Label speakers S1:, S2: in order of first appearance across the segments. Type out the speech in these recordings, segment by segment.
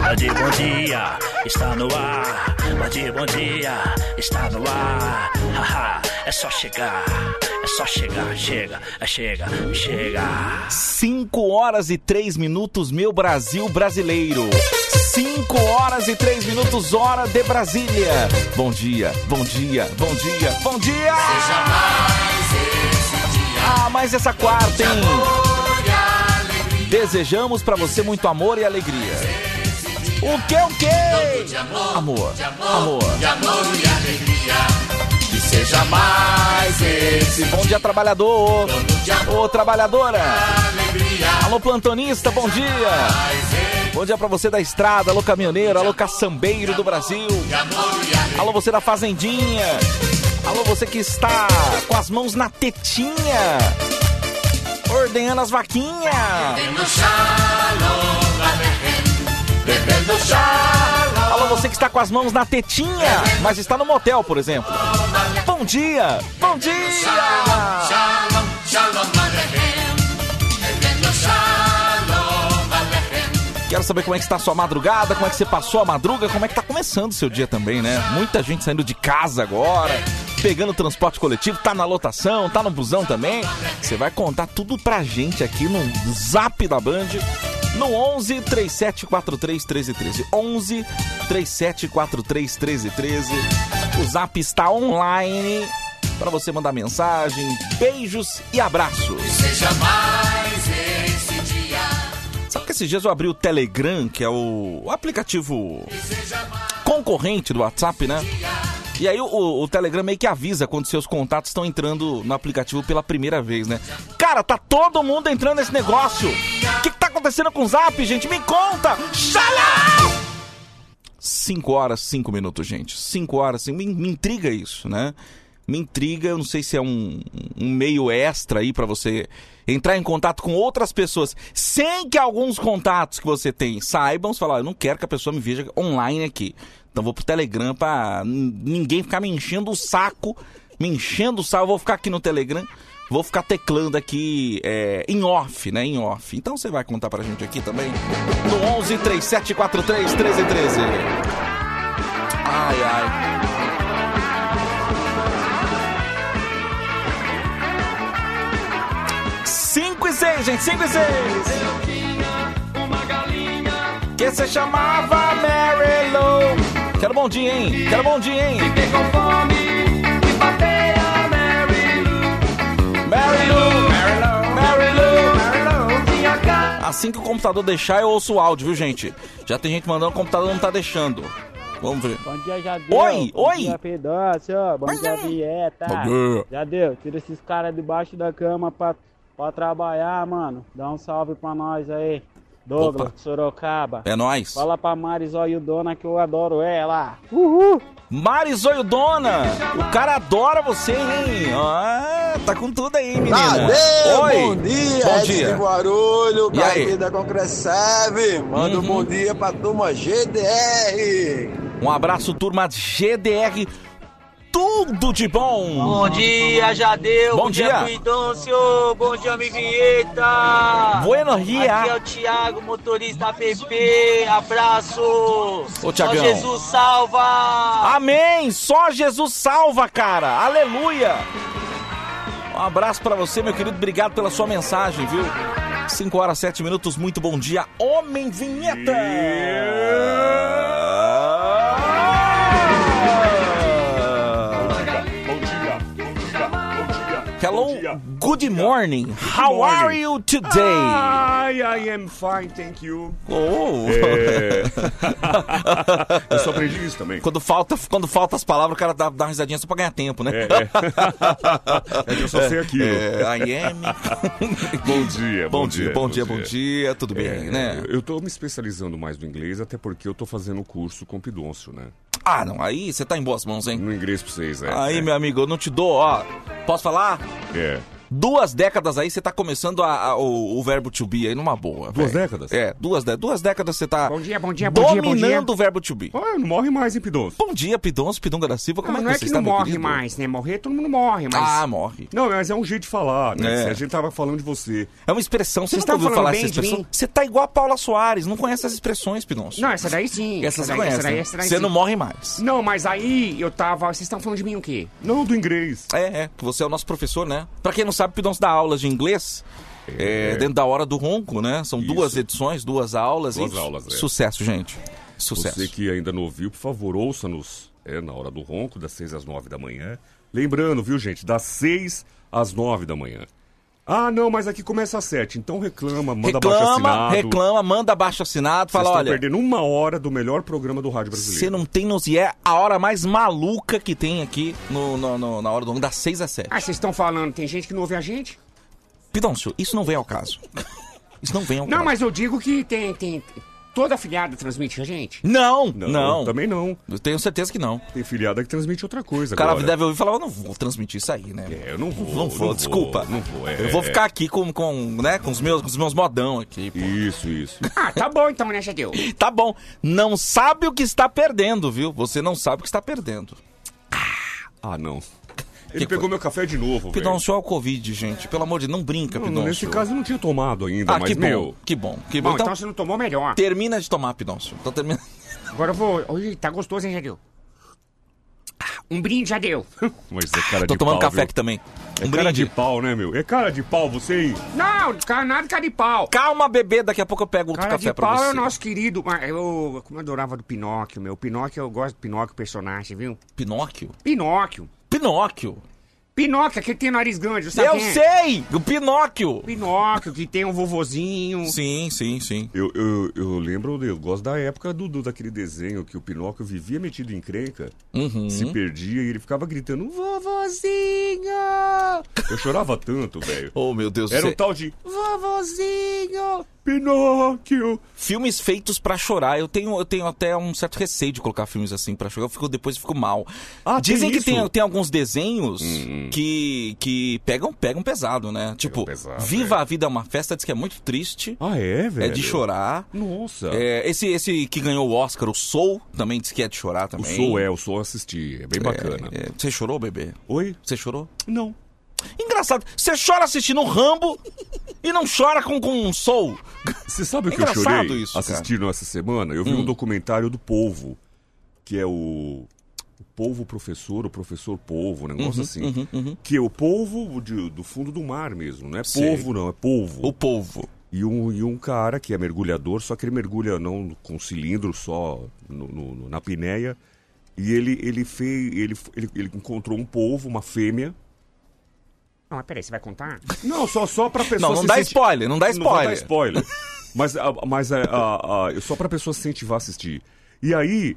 S1: Bande Bom Dia está no ar. Bande Bom Dia está no ar. Haha, é só chegar. É só chegar, chega, é chega, chega.
S2: 5 horas e 3 minutos, meu Brasil brasileiro. 5 horas e 3 minutos, hora de Brasília. Bom dia, bom dia, bom dia, bom dia!
S3: Seja mais esse dia.
S2: Ah, mas essa quarta, hein?
S3: Amor e alegria.
S2: Desejamos pra você muito amor e alegria. O que o que?
S3: De amor,
S2: Amor,
S3: de amor,
S2: amor.
S3: de amor e alegria. Que seja mais esse
S2: Bom dia, trabalhador.
S3: dono de amor
S2: Ô, trabalhadora.
S3: e alegria.
S2: Alô, plantonista, bom dia.
S3: Mais esse
S2: Bom dia pra você da estrada, alô, caminhoneiro, alô, caçambeiro do Brasil.
S3: de amor e alegria.
S2: Alô, você da fazendinha. Alô, você que está com as mãos na tetinha. Ordenhando as vaquinhas.
S3: Tendo shalom, Bethlehem. Bebendo shalom,
S2: Alô, você que está com as mãos na tetinha, mas está no motel, por exemplo. Bom dia! Bom dia!
S3: shalom, shalom, Bethlehem. Bebendo shalom, Bethlehem.
S2: Quero saber como é que está a sua madrugada, como é que você passou a madruga, como é que está começando o seu dia também, né? Muita gente saindo de casa agora, pegando o transporte coletivo, tá na lotação, tá no busão também. Você vai contar tudo pra gente aqui no Zap da Band. No 11 3743 1313. 11 3743 1313. O Zap está online para você mandar mensagem. Beijos e abraços.
S3: Seja mais esse dia.
S2: Sabe que esses dias eu abri o Telegram, que é o aplicativo concorrente do WhatsApp, né? E aí o, o Telegram meio que avisa quando seus contatos estão entrando no aplicativo pela primeira vez, né? Cara, tá todo mundo entrando nesse negócio. O que, que tá acontecendo com o Zap, gente? Me conta! Xalá! 5 horas, 5 minutos, gente. 5 horas, 5. Me, me intriga isso, né? Me intriga, eu não sei se é um, um meio extra aí pra você entrar em contato com outras pessoas sem que alguns contatos que você tem saibam. Você fala, "Ó, eu não quero que a pessoa me veja online aqui. Então vou pro Telegram pra n- ninguém ficar me enchendo o saco, me enchendo o saco. Eu vou ficar aqui no Telegram, vou ficar teclando aqui é, em off, né? Em off. Então você vai contar pra gente aqui também no 11 3743 1313. Ai, ai. Cinco e seis, gente, cinco e seis. Que você chamava Mary Lou. Quero bom dia, hein? Quero bom dia, hein? Mary Lou, Mary Lou, Mary Lou. Assim que o computador deixar, eu ouço o áudio, viu, gente? Já tem gente mandando, o computador não tá deixando. Vamos ver.
S4: Bom dia, Jadeu.
S2: Oi,
S4: Bom
S2: oi.
S4: Dia, pedância. Bom dia,
S5: é.
S4: dieta.
S2: Bom dia.
S4: Jadeu, tá? tira esses caras debaixo da cama pra, pra trabalhar, mano. Dá um salve pra nós aí. Douglas,
S2: Opa.
S4: Sorocaba.
S2: É nóis.
S4: Fala pra Marisol e o Dona que eu adoro ela. Uhul.
S2: Marizoio Dona, o cara adora você, hein? Ah, tá com tudo aí, menina.
S6: Tadeu,
S2: Oi.
S6: bom dia,
S2: Bom
S6: Edson de
S2: dia.
S6: Guarulho,
S2: E aí?
S6: da Concresceve, manda
S2: Uhum.
S6: um bom dia pra turma GDR.
S2: Um abraço, turma GDR. Tudo de bom.
S7: Bom dia, Jadeu.
S2: Bom dia.
S7: Cuidôncio. Bom dia, amigo Vinheta.
S2: Bueno
S7: Aqui é
S2: dia.
S7: o Thiago, motorista app. Abraço.
S2: Ô, Thiagão.
S7: Só Jesus salva.
S2: Amém. Só Jesus salva, cara. Aleluia. Um abraço pra você, meu querido. Obrigado pela sua mensagem, viu? 5 horas, 7 minutos. Muito bom dia, Homem Vinheta.
S8: Bom dia, bom dia, bom dia.
S2: Hello,
S8: Bom dia.
S2: good morning. How
S8: morning. Ah.
S2: are you today?
S8: I, I am fine, thank you.
S2: Oh.
S8: É. Eu só aprendi isso também.
S2: Quando falta, quando falta as palavras, o cara dá, dá uma risadinha só pra ganhar tempo, né?
S8: É, é. é que eu só sei aquilo.
S2: É, I am.
S8: Bom dia,
S2: bom, dia, bom dia, bom dia, tudo bem,
S8: É,
S2: né?
S8: Eu tô me especializando mais no inglês, até porque eu tô fazendo o curso com Pidoncio, né?
S2: Ah, não, aí você tá em boas mãos, hein?
S8: No inglês pra vocês, é.
S2: Aí,
S8: é,
S2: meu amigo, eu não te dou, ó. Posso falar?
S8: É.
S2: Duas décadas aí você tá começando a- a- o, o verbo to be aí numa boa.
S8: Duas
S2: velho.
S8: décadas?
S2: É, duas, dé- duas décadas você tá
S9: Bom dia, bom dia, bom dia, bom
S2: dominando
S9: dia.
S2: o verbo to be.
S8: Olha, não morre mais, hein, Pidonço?
S2: Bom dia, Pidonço, Pidonga da Silva. Como
S9: Não,
S2: é que
S9: não é
S2: você
S9: que
S2: está,
S9: não
S2: meu
S9: morre
S2: querido?
S9: mais, né? Morrer todo mundo morre, mas.
S2: Ah, morre.
S8: Não, mas é um jeito de falar, né?
S2: É.
S8: A gente tava falando de você.
S2: É uma expressão. Você
S9: Vocês
S2: nunca
S9: tão
S2: ouviu
S9: falando
S2: falar
S9: bem
S2: essa
S9: de
S2: expressão?
S9: mim?
S2: Você tá igual a Paula Soares. Não conhece essas expressões, Pidonço.
S9: Não, essa daí sim.
S2: Essa você
S9: daí,
S2: conhece.
S9: essa daí,
S2: né?
S9: essa daí
S2: Você
S9: sim.
S2: não morre mais.
S9: Não, mas aí eu tava. Vocês estão falando de mim o quê?
S8: Não, do inglês.
S2: É, é, que você é o nosso professor, né? Pra quem não sabe, Pidonço dá aulas de inglês. é, dentro da hora do ronco, né? São duas
S8: Isso.
S2: edições, duas aulas.
S8: Duas
S2: e
S8: aulas, é.
S2: Sucesso, gente. Sucesso.
S8: Você que ainda não ouviu, por favor, ouça-nos. É na hora do ronco, das 6 às 9 da manhã. Lembrando, viu, gente, das 6 às 9 da manhã. Ah, não, mas aqui começa às 7, então reclama, manda baixo
S2: reclama,
S8: assinado.
S2: reclama, manda abaixo assinado,
S8: Vocês
S2: fala,
S8: estão
S2: olha,
S8: perdendo uma hora do melhor programa do rádio
S2: você
S8: brasileiro.
S2: não tem noção, e é a hora mais maluca que tem aqui no, no- no- na hora do ronco, das 6 às 7.
S9: Ah, vocês estão falando, tem gente que não ouve a gente?
S2: Pidoncio, isso não vem ao caso. Isso não vem ao
S9: Não,
S2: caso.
S9: Ah, mas eu digo que tem. tem toda afiliada transmite a gente?
S2: Não,
S8: Não,
S2: não,
S8: Também não.
S2: Eu tenho certeza que não.
S8: Tem filiada que transmite outra coisa
S2: O cara
S8: agora.
S2: deve ouvir e falar, eu não vou transmitir isso aí, né?
S8: É, eu não vou.
S2: Não vou, desculpa.
S8: Não vou, é.
S2: Eu vou ficar aqui com, com, né, com, os meus, com os meus modão aqui. pô.
S8: Isso, isso.
S9: Ah, tá bom então, né, Jadeu?
S2: Tá bom. Não sabe o que está perdendo, viu? Você não sabe o que está perdendo.
S8: Ah, não. Ele
S2: Que
S8: pegou
S2: foi?
S8: meu café de novo, velho.
S2: Pidoncio é o Covid, gente. Pelo amor de Deus, não brinca,
S8: Não,
S2: Pidoncio.
S8: Nesse caso eu não tinha tomado ainda,
S2: Ah,
S8: mas
S2: que bom,
S8: meu.
S2: que bom, que bom.
S9: Bom,
S2: Então,
S9: então você não tomou melhor.
S2: termina de tomar, Pidoncio. Então termina.
S8: É
S9: Agora eu vou. Ui, tá gostoso, hein, Jadeu? Ah, Um brinde, Jadeu.
S8: Mas é cara
S2: Tô
S8: de
S2: tomando
S8: pau,
S2: café
S8: viu?
S2: aqui também.
S8: É
S2: Um
S8: cara
S2: brinde.
S8: de pau, né, meu? É cara de pau você aí.
S9: Não, cara, nada de cara de pau.
S2: Calma, bebê, daqui a pouco eu pego outro
S9: Cara
S2: café
S9: de
S2: pra
S9: pau
S2: você.
S9: é o nosso querido. mas Eu, como eu adorava do Pinóquio, meu. Pinóquio, eu gosto do Pinóquio, personagem, viu?
S2: Pinóquio?
S9: Pinóquio.
S2: Pinóquio.
S9: Pinóquio, aquele que tem nariz grande, sabe?
S2: eu
S9: quem é?
S2: sei! O Pinóquio!
S9: Pinóquio, que tem um vovozinho.
S2: Sim, sim, sim.
S8: Eu, eu, eu lembro, eu gosto da época do, do- daquele desenho que o Pinóquio vivia metido em encrenca,
S2: Uhum.
S8: se perdia e ele ficava gritando, vovozinho! Eu chorava tanto, velho.
S2: Oh, meu Deus do
S8: Era um
S2: céu.
S8: o tal de vovozinho, Pinóquio.
S2: Filmes feitos pra chorar. Eu tenho, eu tenho até um certo receio de colocar filmes assim pra chorar. Eu fico, depois eu fico mal.
S8: Ah,
S2: Dizem
S8: tem
S2: que tem,
S8: isso?
S2: tem alguns desenhos
S8: Hum.
S2: que, que pegam, pegam pesado, né? Tipo,
S8: pesado,
S2: Viva a Vida é uma Festa diz que é muito triste.
S8: Ah, é,
S2: é
S8: velho?
S2: de chorar.
S8: Nossa.
S2: É, esse, esse que ganhou o Oscar, o Soul, também disse que é de chorar
S8: O
S2: também.
S8: Sou é, o Sou assisti, é bem bacana.
S2: É, Você chorou, bebê?
S8: Oi?
S2: Você chorou?
S8: Não.
S2: Engraçado, você chora assistindo o Rambo e não chora com, com um Soul.
S8: Você sabe o
S2: É
S8: que eu
S2: engraçado
S8: chorei
S2: isso, cara. Hum.
S8: assistindo essa semana? Eu vi um documentário do Polvo, que é o, o Polvo Professor, o Professor Polvo, um
S2: Uhum,
S8: negócio assim. Que é o polvo de- do fundo do mar mesmo, não é
S2: Sei.
S8: polvo não, é polvo.
S2: O povo.
S8: E, um, e um cara que é mergulhador, só que ele mergulha não com um cilindro, só no- no- no- na pinéia. E ele, ele, fez, ele, ele, ele encontrou um polvo, uma fêmea.
S9: Não, mas peraí, você vai contar?
S2: Então.
S8: Não, só, só pra pessoa
S2: Não, não
S8: se
S2: dá
S8: sentir-
S2: spoiler, não dá
S8: Não vou dar
S2: spoiler.
S8: spoiler. mas a- mas é, ah, a, a, a- só pra pessoa se incentivar a assistir. E aí,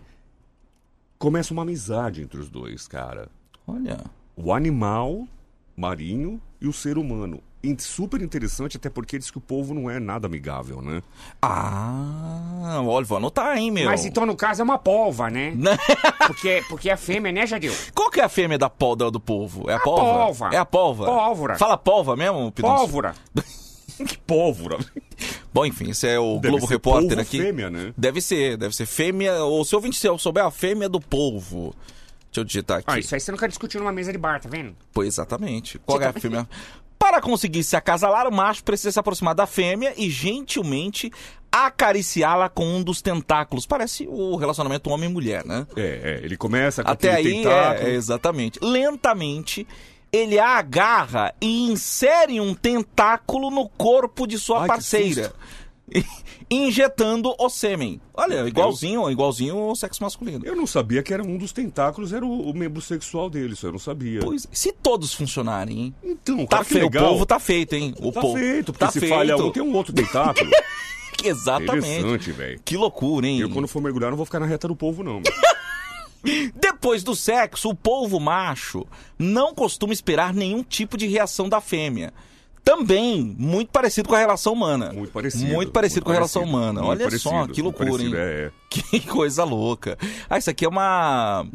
S8: começa uma amizade entre os dois, cara.
S2: Olha.
S8: O animal marinho e o ser humano. E super interessante, até porque diz que o povo não é nada amigável, né?
S2: Ah, olha, vou anotar, hein, meu.
S9: Mas então, no caso, é uma polva, né? porque, porque é fêmea, né, Jadeu?
S2: Qual que é a fêmea da pol, da- do povo? É a, pólvora?
S9: pólvora.
S2: É a pólvora.
S9: Pólvora.
S2: Fala pólvora mesmo, Pidoncio?
S9: Pólvora.
S8: Que pólvora!
S2: Bom, enfim, esse é o
S8: Deve
S2: Globo
S8: ser
S2: Repórter
S8: polvo
S2: aqui.
S8: fêmea, né?
S2: Deve ser, deve ser fêmea. Ou se eu ouvinte seu souber a fêmea do polvo. Deixa eu digitar aqui.
S9: Ah, isso aí você nunca discutiu numa mesa de bar, tá vendo?
S2: Pois exatamente. Qual é a fêmea? Para conseguir se acasalar, o macho precisa se aproximar da fêmea e gentilmente acariciá-la com um dos tentáculos. Parece o relacionamento homem e mulher, né?
S8: É, é, ele começa com
S2: Até
S8: aquele
S2: aí,
S8: tentáculo.
S2: é, é, exatamente. Lentamente, ele a agarra e insere um tentáculo no corpo de sua
S8: Ai, que
S2: parceira. Injetando o sêmen. Olha, igualzinho, igualzinho o sexo masculino.
S8: Eu não sabia que era um dos tentáculos, era o, o membro sexual dele, isso eu não sabia.
S2: Pois, se todos funcionarem, hein?
S8: Então,
S2: Tá
S8: cara, que
S2: feio, o
S8: legal.
S2: povo tá feito, hein? O
S8: Tá
S2: povo
S8: feito, porque
S2: tá
S8: se
S2: feito.
S8: falha um, tem um outro tentáculo.
S2: Exatamente.
S8: Interessante, velho.
S2: Que loucura, hein?
S8: Eu, quando for mergulhar, não vou ficar na reta do povo, não.
S2: Depois do sexo, o polvo macho não costuma esperar nenhum tipo de reação da fêmea. Também muito parecido com a relação humana.
S8: Muito parecido.
S2: Muito parecido com a relação
S8: parecido,
S2: humana.
S8: muito
S2: Olha só,
S8: parecido,
S2: que
S8: muito
S2: loucura, hein?
S8: parecido, É, é.
S2: Que coisa louca. Ah, isso aqui é uma.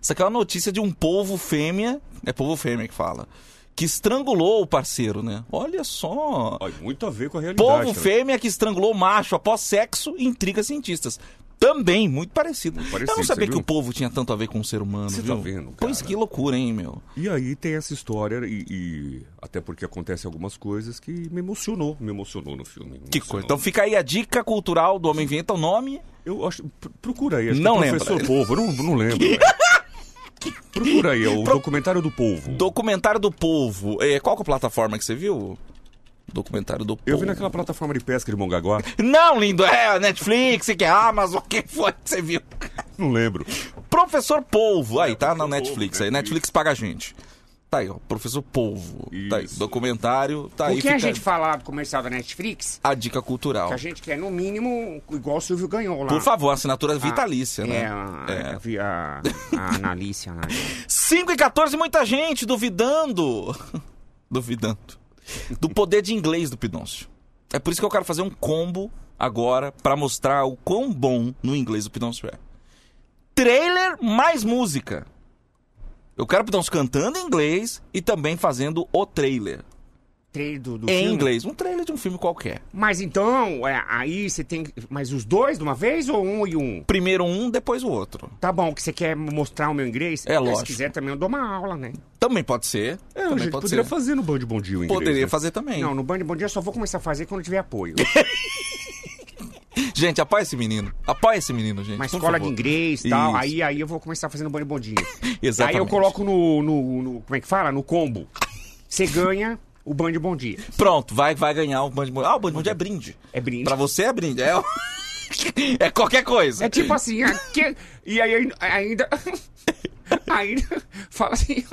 S2: Isso aqui é uma notícia de um polvo fêmea. É polvo fêmea que fala. que estrangulou o parceiro, né? Olha só.
S8: Olha, muito a ver com a realidade.
S2: Povo
S8: cara.
S2: fêmea é que estrangulou macho após sexo intriga cientistas. Também, muito parecido.
S8: parecido,
S2: Eu não sabia
S8: você
S2: que o
S8: viu?
S2: povo tinha tanto a ver com o ser humano,
S8: Você
S2: viu?
S8: tá vendo, cara.
S2: Pois que loucura, hein, meu?
S8: E aí tem essa história, e, e até porque acontecem algumas coisas que me emocionou, me emocionou no filme. me
S2: Que
S8: emocionou.
S2: coisa. Então fica aí a dica cultural do Homem Vinheta, o nome.
S8: Eu acho. pr- Procura aí, acho
S2: Não
S8: que é
S2: lembra.
S8: Professor Povo, eu não, não lembro. velho. Procura aí, é o
S2: Pro-
S8: documentário do povo.
S2: Documentário do Povo. É, qual que é a plataforma que você viu? Documentário do Povo.
S8: Eu vi naquela plataforma de pesca de Mongaguá,
S2: Não, lindo, é a Netflix, que é a Amazon, quem foi que você viu?
S8: não lembro.
S2: Professor Polvo. Aí, tá na
S8: É, Professor
S2: Netflix.
S8: Polvo,
S2: Aí,
S8: né?
S2: Netflix paga a gente. Tá aí, ó. Professor Polvo. Tá aí.
S8: Isso.
S2: Documentário. Tá aí.
S9: O que a
S2: fica
S9: gente fala do comercial da Netflix?
S2: a dica cultural.
S9: Que a gente quer, no mínimo, igual o Silvio ganhou lá.
S2: Por favor, assinatura
S9: Ah,
S2: vitalícia, né?
S9: É, a,
S2: É.
S9: a, a Analícia, né?
S2: 5 e 14, muita gente duvidando. duvidando. Do poder de inglês do Pinócio. É por isso que eu quero fazer um combo agora pra mostrar o quão bom no inglês do Pinócio é. Trailer mais música. Eu quero o Pinócio cantando em inglês e também fazendo o trailer.
S9: Trailer do, do
S2: em
S9: filme.
S2: inglês. Um trailer de um filme qualquer.
S9: Mas então, é, aí você tem. que- Mas os dois de uma vez ou um e um?
S2: Primeiro um, depois o outro.
S9: Tá bom, que você quer mostrar o meu inglês?
S2: É lógico.
S9: Se quiser também eu dou uma aula, né?
S2: Também pode ser.
S8: É, a
S2: também
S8: gente
S2: pode
S8: poderia
S2: ser.
S8: fazer no Band Bom Dia o inglês,
S2: Poderia
S8: né?
S2: fazer também.
S9: Não, no Band Bom Dia eu só vou começar a fazer quando tiver apoio.
S2: Gente, apoia esse menino. Apoia esse menino, gente.
S9: Uma
S2: por
S9: escola de
S2: favor.
S9: inglês e tal.
S2: Isso.
S9: Aí, aí eu vou começar fazendo Band Bom Dia.
S2: Exatamente.
S9: Aí eu coloco no, no- no- Como é que fala? No combo. Você ganha o Band Bom Dia.
S2: Pronto, vai, vai ganhar o Band Bom Ah, o Band Bom Dia é brinde.
S9: É brinde.
S2: Pra você é brinde. É, é qualquer coisa.
S9: É tipo assim, ah, que- e aí ain- ainda. Ainda fala assim,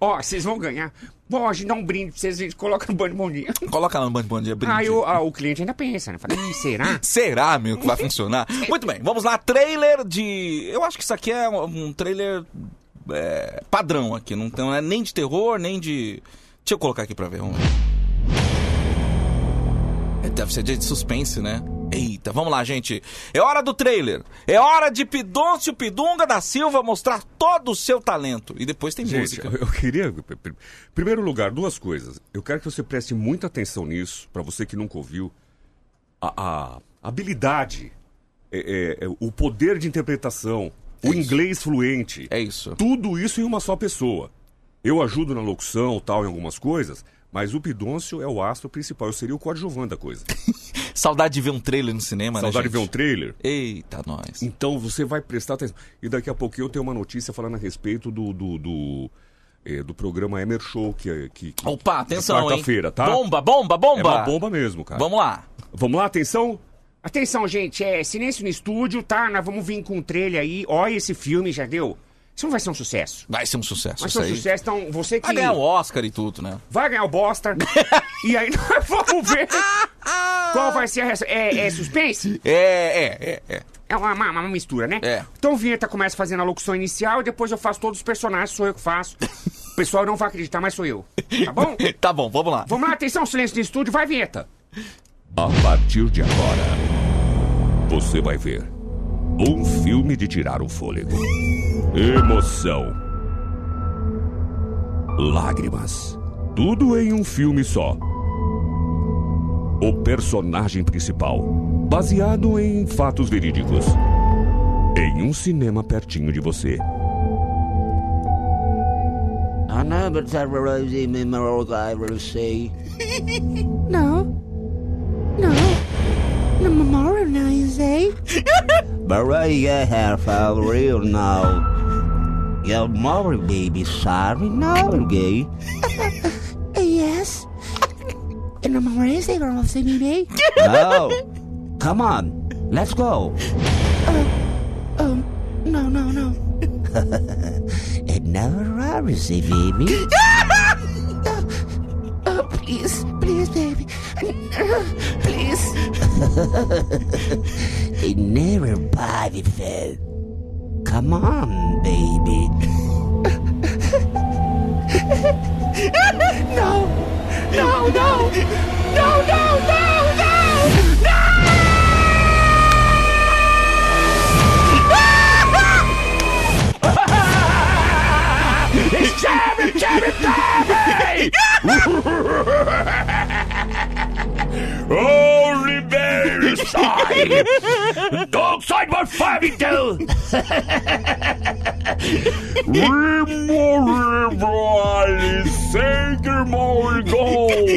S9: ó, vocês vão ganhar. Bom, a gente dá um brinde pra vocês, a gente coloca no Band Bom Dia.
S2: Coloca lá no Band Bom Dia brinde.
S9: Aí o, ah, o cliente ainda pensa, né? Fala, ih, será?
S2: Será, meu, que vai funcionar? Muito bem, vamos lá. Trailer de. Eu acho que isso aqui é um um trailer é, padrão aqui. Não, tem- não é nem de terror, nem de. Deixa eu colocar aqui pra ver. Vamos ver. É, Deve ser dia de suspense, né? Eita, vamos lá, gente. É hora do trailer. É hora de Pidôncio Pidunga da Silva mostrar todo o seu talento. E depois tem
S8: Gente,
S2: música.
S8: eu queria. Em primeiro lugar, duas coisas. Eu quero que você preste muita atenção nisso, pra você que nunca ouviu. A, a habilidade, é- é- é o poder de interpretação, o inglês fluente.
S2: É isso.
S8: Tudo isso em uma só pessoa. Eu ajudo na locução, tal, em algumas coisas, mas o Pidôncio é o astro principal. Eu seria o coadjuvante da coisa.
S2: Saudade de ver um trailer no cinema,
S8: Saudade de
S2: né?
S8: ver um
S2: gente?
S8: trailer.
S2: Eita, nós.
S8: Então você vai prestar atenção. E daqui a pouco eu tenho uma notícia falando a respeito do do, do, eh, do programa Emer Show, que é. Que, que-
S2: Opa,
S8: de
S2: atenção, hein?
S8: Quarta-feira, tá?
S2: Bomba, bomba, bomba.
S8: É uma bomba mesmo, cara. Vamos,
S2: Vamos lá.
S8: lá, atenção?
S9: Atenção, gente, é silêncio no estúdio, tá? Nós vamos vir com um trailer aí. Olha esse filme, já deu? Isso não vai ser um sucesso.
S2: Vai ser um sucesso
S9: Vai
S2: isso
S9: ser um
S2: aí.
S9: sucesso, então você que.
S2: Vai ganhar o Oscar e tudo, né?
S9: vai ganhar o bosta. e aí nós vamos ver qual vai ser a reação. É, é suspense?
S2: É, é, é, é.
S9: É uma, uma- uma mistura, né?
S2: É.
S9: Então o Vinheta começa fazendo a locução inicial e depois eu faço todos os personagens, sou eu que faço. O pessoal não vai acreditar, mas sou eu. Tá bom?
S2: Tá bom, vamos lá.
S9: Vamos lá, atenção, silêncio no estúdio, vai, Vinheta.
S8: A partir de agora, você vai ver um filme de tirar o fôlego. Emoção. Lágrimas. Tudo em um filme só. O personagem principal, baseado em fatos verídicos. Em um cinema pertinho de você.
S10: I know, but that Rosie Memorial I will see.
S11: No. No. No memorial now, you say?
S10: But you have a real now. Your mother baby sorry now, gay.
S11: E Yes. And I'm raising her of me.
S10: No. Come on, let's go.
S11: Um, no, no, no.
S10: It never robs a baby.
S11: Oh, please, please, baby. Please.
S10: It never body fell. Come on, baby.
S11: No. No, no. No, no, no, no.
S9: Jerry, Jerry, Jerry!
S11: Oh, Ribeiro, sigh! Don't sign my family tale! Remo, Remo, Alice, Sanger, more gold!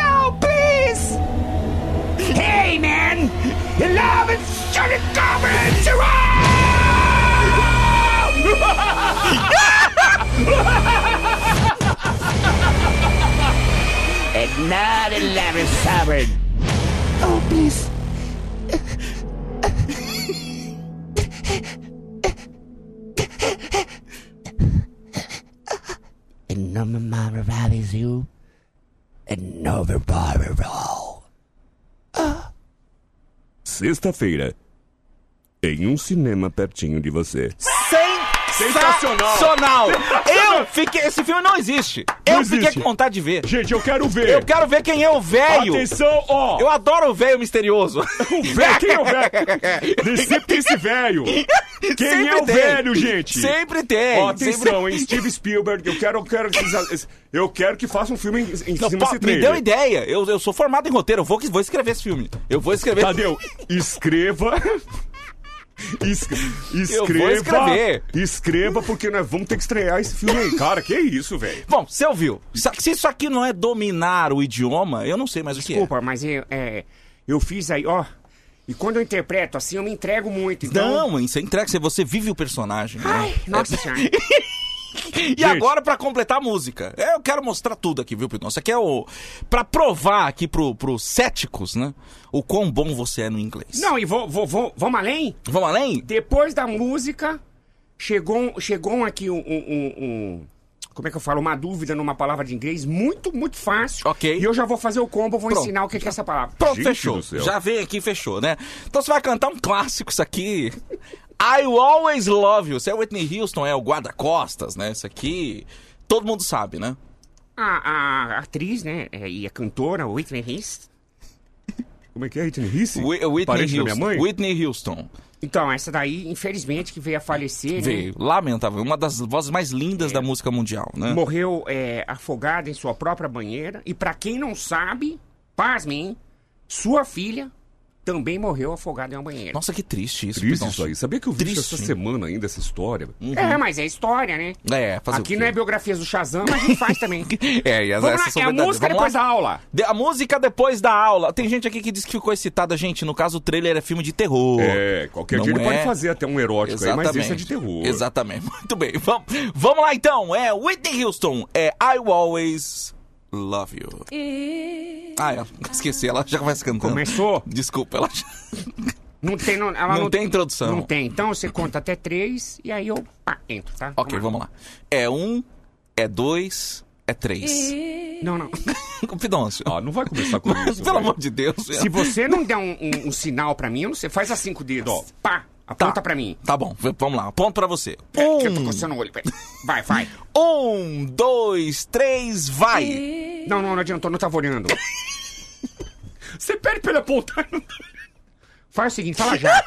S5: no, please! Hey, man! You love and shut it down and
S11: Ignite a love and sovereign!
S5: Oh, please!
S10: And number my revives you. And number barber
S8: Sexta-feira. Em um cinema pertinho de você.
S2: Sensacional! Eu fiquei. Esse filme não existe. eu fiquei com vontade de ver.
S8: Gente, eu quero ver.
S2: Eu quero ver quem é o velho.
S8: Atenção, ó.
S2: Eu adoro o velho misterioso. O
S8: velho, quem é o velho? Sempre tem esse velho. Quem
S2: Sempre
S8: é o
S2: tem.
S8: velho, gente?
S2: Sempre tem.
S8: Ó, atenção,
S2: É, Sempre-
S8: hein? Steve Spielberg. Eu quero, eu quero, que vocês- eu quero que faça um filme em, em
S2: Não,
S8: cima
S2: pô,
S8: desse
S2: me
S8: trailer.
S2: deu ideia. Eu, eu sou formado em roteiro. Eu vou, vou escrever esse filme. Eu vou escrever.
S8: Tadeu, escreva. Es-
S2: Eu
S8: escreva.
S2: vou escrever.
S8: Escreva, porque nós vamos ter que estrear esse filme aí. Cara, que isso, velho?
S2: Bom, você ouviu? Sa- Se isso aqui não é dominar o idioma, eu não sei mais o que é.
S9: Desculpa, mas eu, é, eu fiz aí, ó. E quando eu interpreto assim, eu me entrego muito. Então,
S2: Não, isso é entrega, você- você vive o personagem. né?
S9: nossa senhora.
S2: E agora, pra completar a música. É, Eu quero mostrar tudo aqui, viu, Pidão? Isso aqui é o. Pra provar aqui pro, pros céticos, né? O quão bom você é no inglês.
S9: Não, e vou, vou, vou, vamos além?
S2: Vamos além?
S9: Depois da música, chegou, um- chegou um aqui um, um- um- um- Como é que eu falo? Uma dúvida numa palavra de inglês muito, muito fácil. Ok. E eu já vou fazer o combo, vou
S2: Pronto.
S9: ensinar o que que é essa palavra.
S2: Pronto, fechou. Já veio aqui e fechou, né? Então você vai cantar um clássico, isso aqui. I always love you. Isso é Whitney Houston, é o guarda-costas, né? Isso aqui. Todo mundo sabe, né?
S9: A, a atriz, né? é, E a cantora, Whitney Houston.
S8: Como é que é, Whitney Houston?
S2: Whi- Whitney
S8: Parente da
S2: Houston.
S8: minha mãe?
S2: Whitney Houston.
S9: Então, essa daí, infelizmente, que veio a falecer. né?
S2: Veio, lamentável. Uma das vozes mais lindas
S9: É.
S2: da música mundial, né?
S9: Morreu é, afogada em sua própria banheira. E pra quem não sabe, pasmem, hein? Sua filha também morreu afogada em uma banheira.
S2: Nossa, que triste isso.
S8: Triste
S2: Pidão.
S8: isso aí. Sabia que eu vi isso
S2: Triste.
S8: essa semana ainda, essa história?
S9: É, mas é história, né?
S2: É, fazer
S9: Aqui
S2: o
S9: não é biografias do Shazam, mas a gente faz também.
S2: É, e as,
S9: Vamos lá,
S2: essas são
S9: é a
S2: verdadeiras.
S9: música
S2: Vamos lá.
S9: depois da aula.
S2: De- a música depois da aula. Tem gente aqui que disse que ficou excitada, gente. No caso, o trailer é filme de terror.
S8: É, qualquer dia ele pode fazer até um erótico aí, mas esse é de terror.
S2: Exatamente. Muito bem. Vamos, vamos lá então. É Whitney Houston. É I Always Love You. Ah, é. esqueci. Ela já começa cantando. Começou? Desculpa, ela já...
S9: Não tem, não, ela
S2: Não tem introdução.
S9: Não tem. Então você conta até três e aí eu pá, entro, tá?
S2: Ok, vamos lá. É um, é dois, é três.
S9: Não, não.
S2: Pidoncio.
S8: Ah, não vai começar com isso.
S2: Pelo amor de Deus.
S9: Se você não der um, um- um sinal pra mim, você faz assim com o dedo, ó. Pá, aponta pra mim.
S2: Tá bom, v- vamos lá. Ponto pra você.
S9: Um. eu tô coçando o olho. peraí. Vai, vai.
S2: Um, dois, três, vai.
S9: Não, não, não adiantou, não tava olhando. Você pede pra ele apontar. Faz o seguinte, fala já.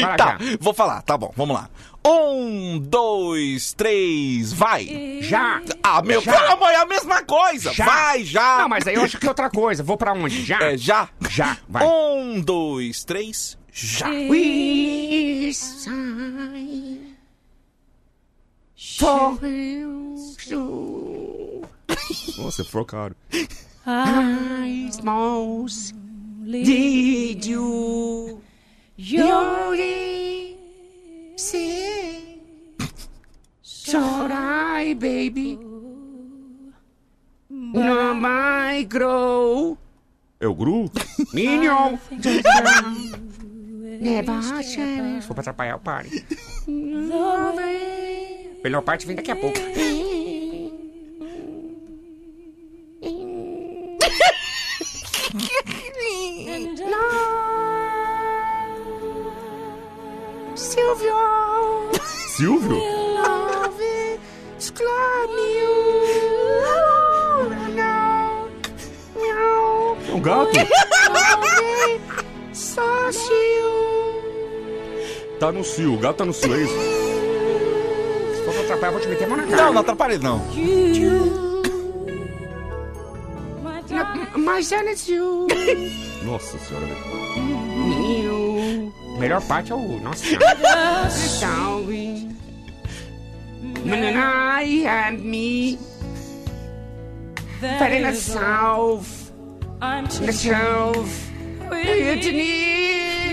S9: Fala
S2: tá,
S9: já.
S2: vou falar, tá bom, vamos lá. Um, dois, três, vai!
S9: Já!
S2: Ah, meu
S9: Já.
S2: calma, é a mesma coisa!
S9: Já.
S2: Vai, já!
S9: Não, mas aí eu acho que é outra coisa. Vou pra onde? Já?
S2: É, já!
S9: Já, vai.
S2: Um, dois, três, já!
S9: We sigh for you.
S8: Nossa, é foi caro.
S9: I smalls did you Yuri see Sorai baby No my grow
S8: É o Gru?
S9: Minion Never change É Desculpa atrapalhar o pare Melhor parte vem daqui a pouco Silvio
S8: Silvio?
S11: Love exclame you. Não, não.
S8: É um gato?
S11: Só se eu.
S8: Tá no Sil, o gato tá no Sil, é isso?
S9: Se for pra atrapalhar, eu vou te meter a mão na cara
S2: Não, não atrapalha, não.
S9: My Silence You.
S8: Nossa senhora, velho.
S9: you. Melhor parte é o. Nossa
S5: Senhora.
S9: Salve. Man, I and me. But in the south. In the south.
S5: With
S9: With me.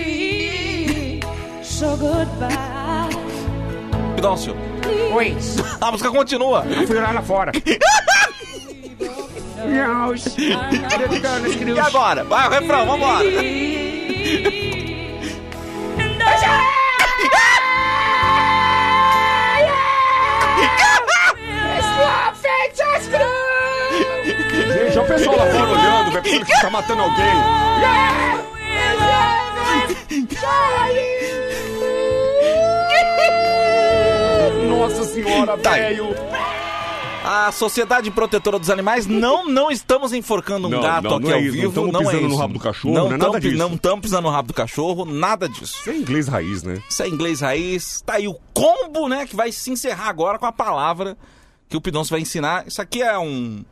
S5: So goodbye.
S2: Pidócio.
S9: Oi.
S2: A música continua.
S9: Eu fui lá, lá fora.
S2: E agora? Vai, o refrão, vambora.
S8: Gente, olha o pessoal lá fora olhando, velho, pensando que tá matando alguém.
S2: Nossa senhora, velho. Tá A Sociedade Protetora dos Animais, não, não estamos enforcando um
S8: Não,
S2: gato
S8: não,
S2: aqui
S8: não é
S2: ao
S8: isso, não
S2: vivo.
S8: estamos pisando no rabo do cachorro, não é nada disso.
S2: Não estamos pisando no rabo do cachorro, nada disso. Isso
S8: é inglês raiz, né?
S2: Isso é inglês raiz. Tá aí o combo, né, que vai se encerrar agora com a palavra que o Pidonço vai ensinar. Isso aqui é um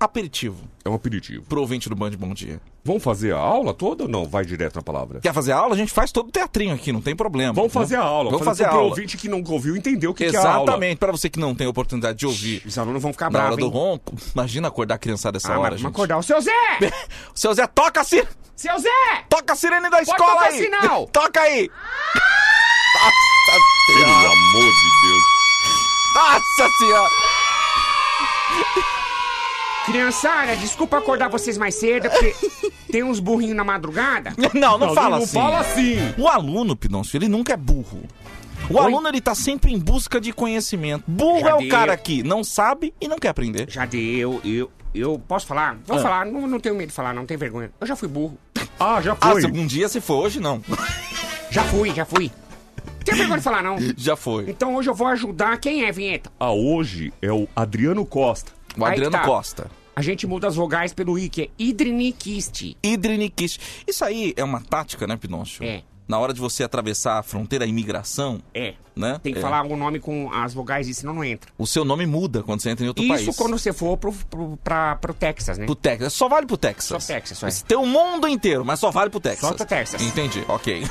S2: aperitivo.
S8: É um aperitivo.
S2: Pro ouvinte do Band Bom Dia.
S8: Vamos fazer a aula toda ou não? Vai direto na palavra.
S2: Quer fazer a aula? A gente faz todo o teatrinho aqui, não tem problema.
S8: Vamos fazer a aula.
S2: Vamos fazer a
S8: pro
S2: aula.
S8: ouvinte que nunca ouviu entender o que, que é a aula.
S2: Exatamente, pra você que não tem oportunidade de ouvir.
S9: Os alunos vão ficar
S2: Na hora
S9: bravos,
S2: do
S9: hein?
S2: ronco, imagina acordar a criançada essa
S9: Ah,
S2: hora,
S9: mas
S2: gente.
S9: vamos acordar o seu Zé!
S2: Seu Zé, toca a sirene.
S9: Seu Zé!
S2: Toca a sirene da escola
S9: tocar
S2: aí.
S9: sinal.
S2: toca aí.
S8: Pelo amor de Deus.
S2: Nossa senhora!
S9: Criançada, desculpa acordar vocês mais cedo, porque tem uns burrinhos na madrugada.
S2: Não, não, fala assim.
S9: Não fala assim.
S2: O aluno, Pidoncio, ele nunca é burro. O aluno, ele tá sempre em busca de conhecimento. Burro
S9: Já
S2: é o
S9: deu.
S2: cara que não sabe e não quer aprender.
S9: Já deu, eu, eu posso falar? Vou
S2: Ah.
S9: falar, não, não tenho medo de falar, não tenho vergonha. Eu já fui burro.
S8: Ah, já
S2: Ah, se um dia se for hoje, não.
S9: Já fui, já fui. Tem vergonha de falar, não.
S2: Já foi.
S9: Então hoje eu vou ajudar quem é, Vinheta?
S8: Ah, hoje é o Adriano Costa.
S2: O
S9: Aí
S2: Adriano
S9: tá.
S2: Costa.
S9: A gente muda as vogais pelo I, que é hidriniquiste.
S2: Hidriniquiste. Isso aí é uma tática, né, Pidoncio?
S9: É.
S2: Na hora de você atravessar a fronteira, a imigração,
S9: É.
S2: né?
S9: Tem que
S2: É.
S9: falar o nome com as vogais e senão não entra.
S2: O seu nome muda quando você entra em outro
S9: Isso
S2: país.
S9: quando você for pro, pro, pra- pro Texas, né?
S2: Pro Texas. Só vale pro Texas.
S9: Só Texas, só é.
S2: Isso Tem o mundo inteiro, mas só vale pro Texas.
S9: Só pro Texas.
S2: Entendi, ok.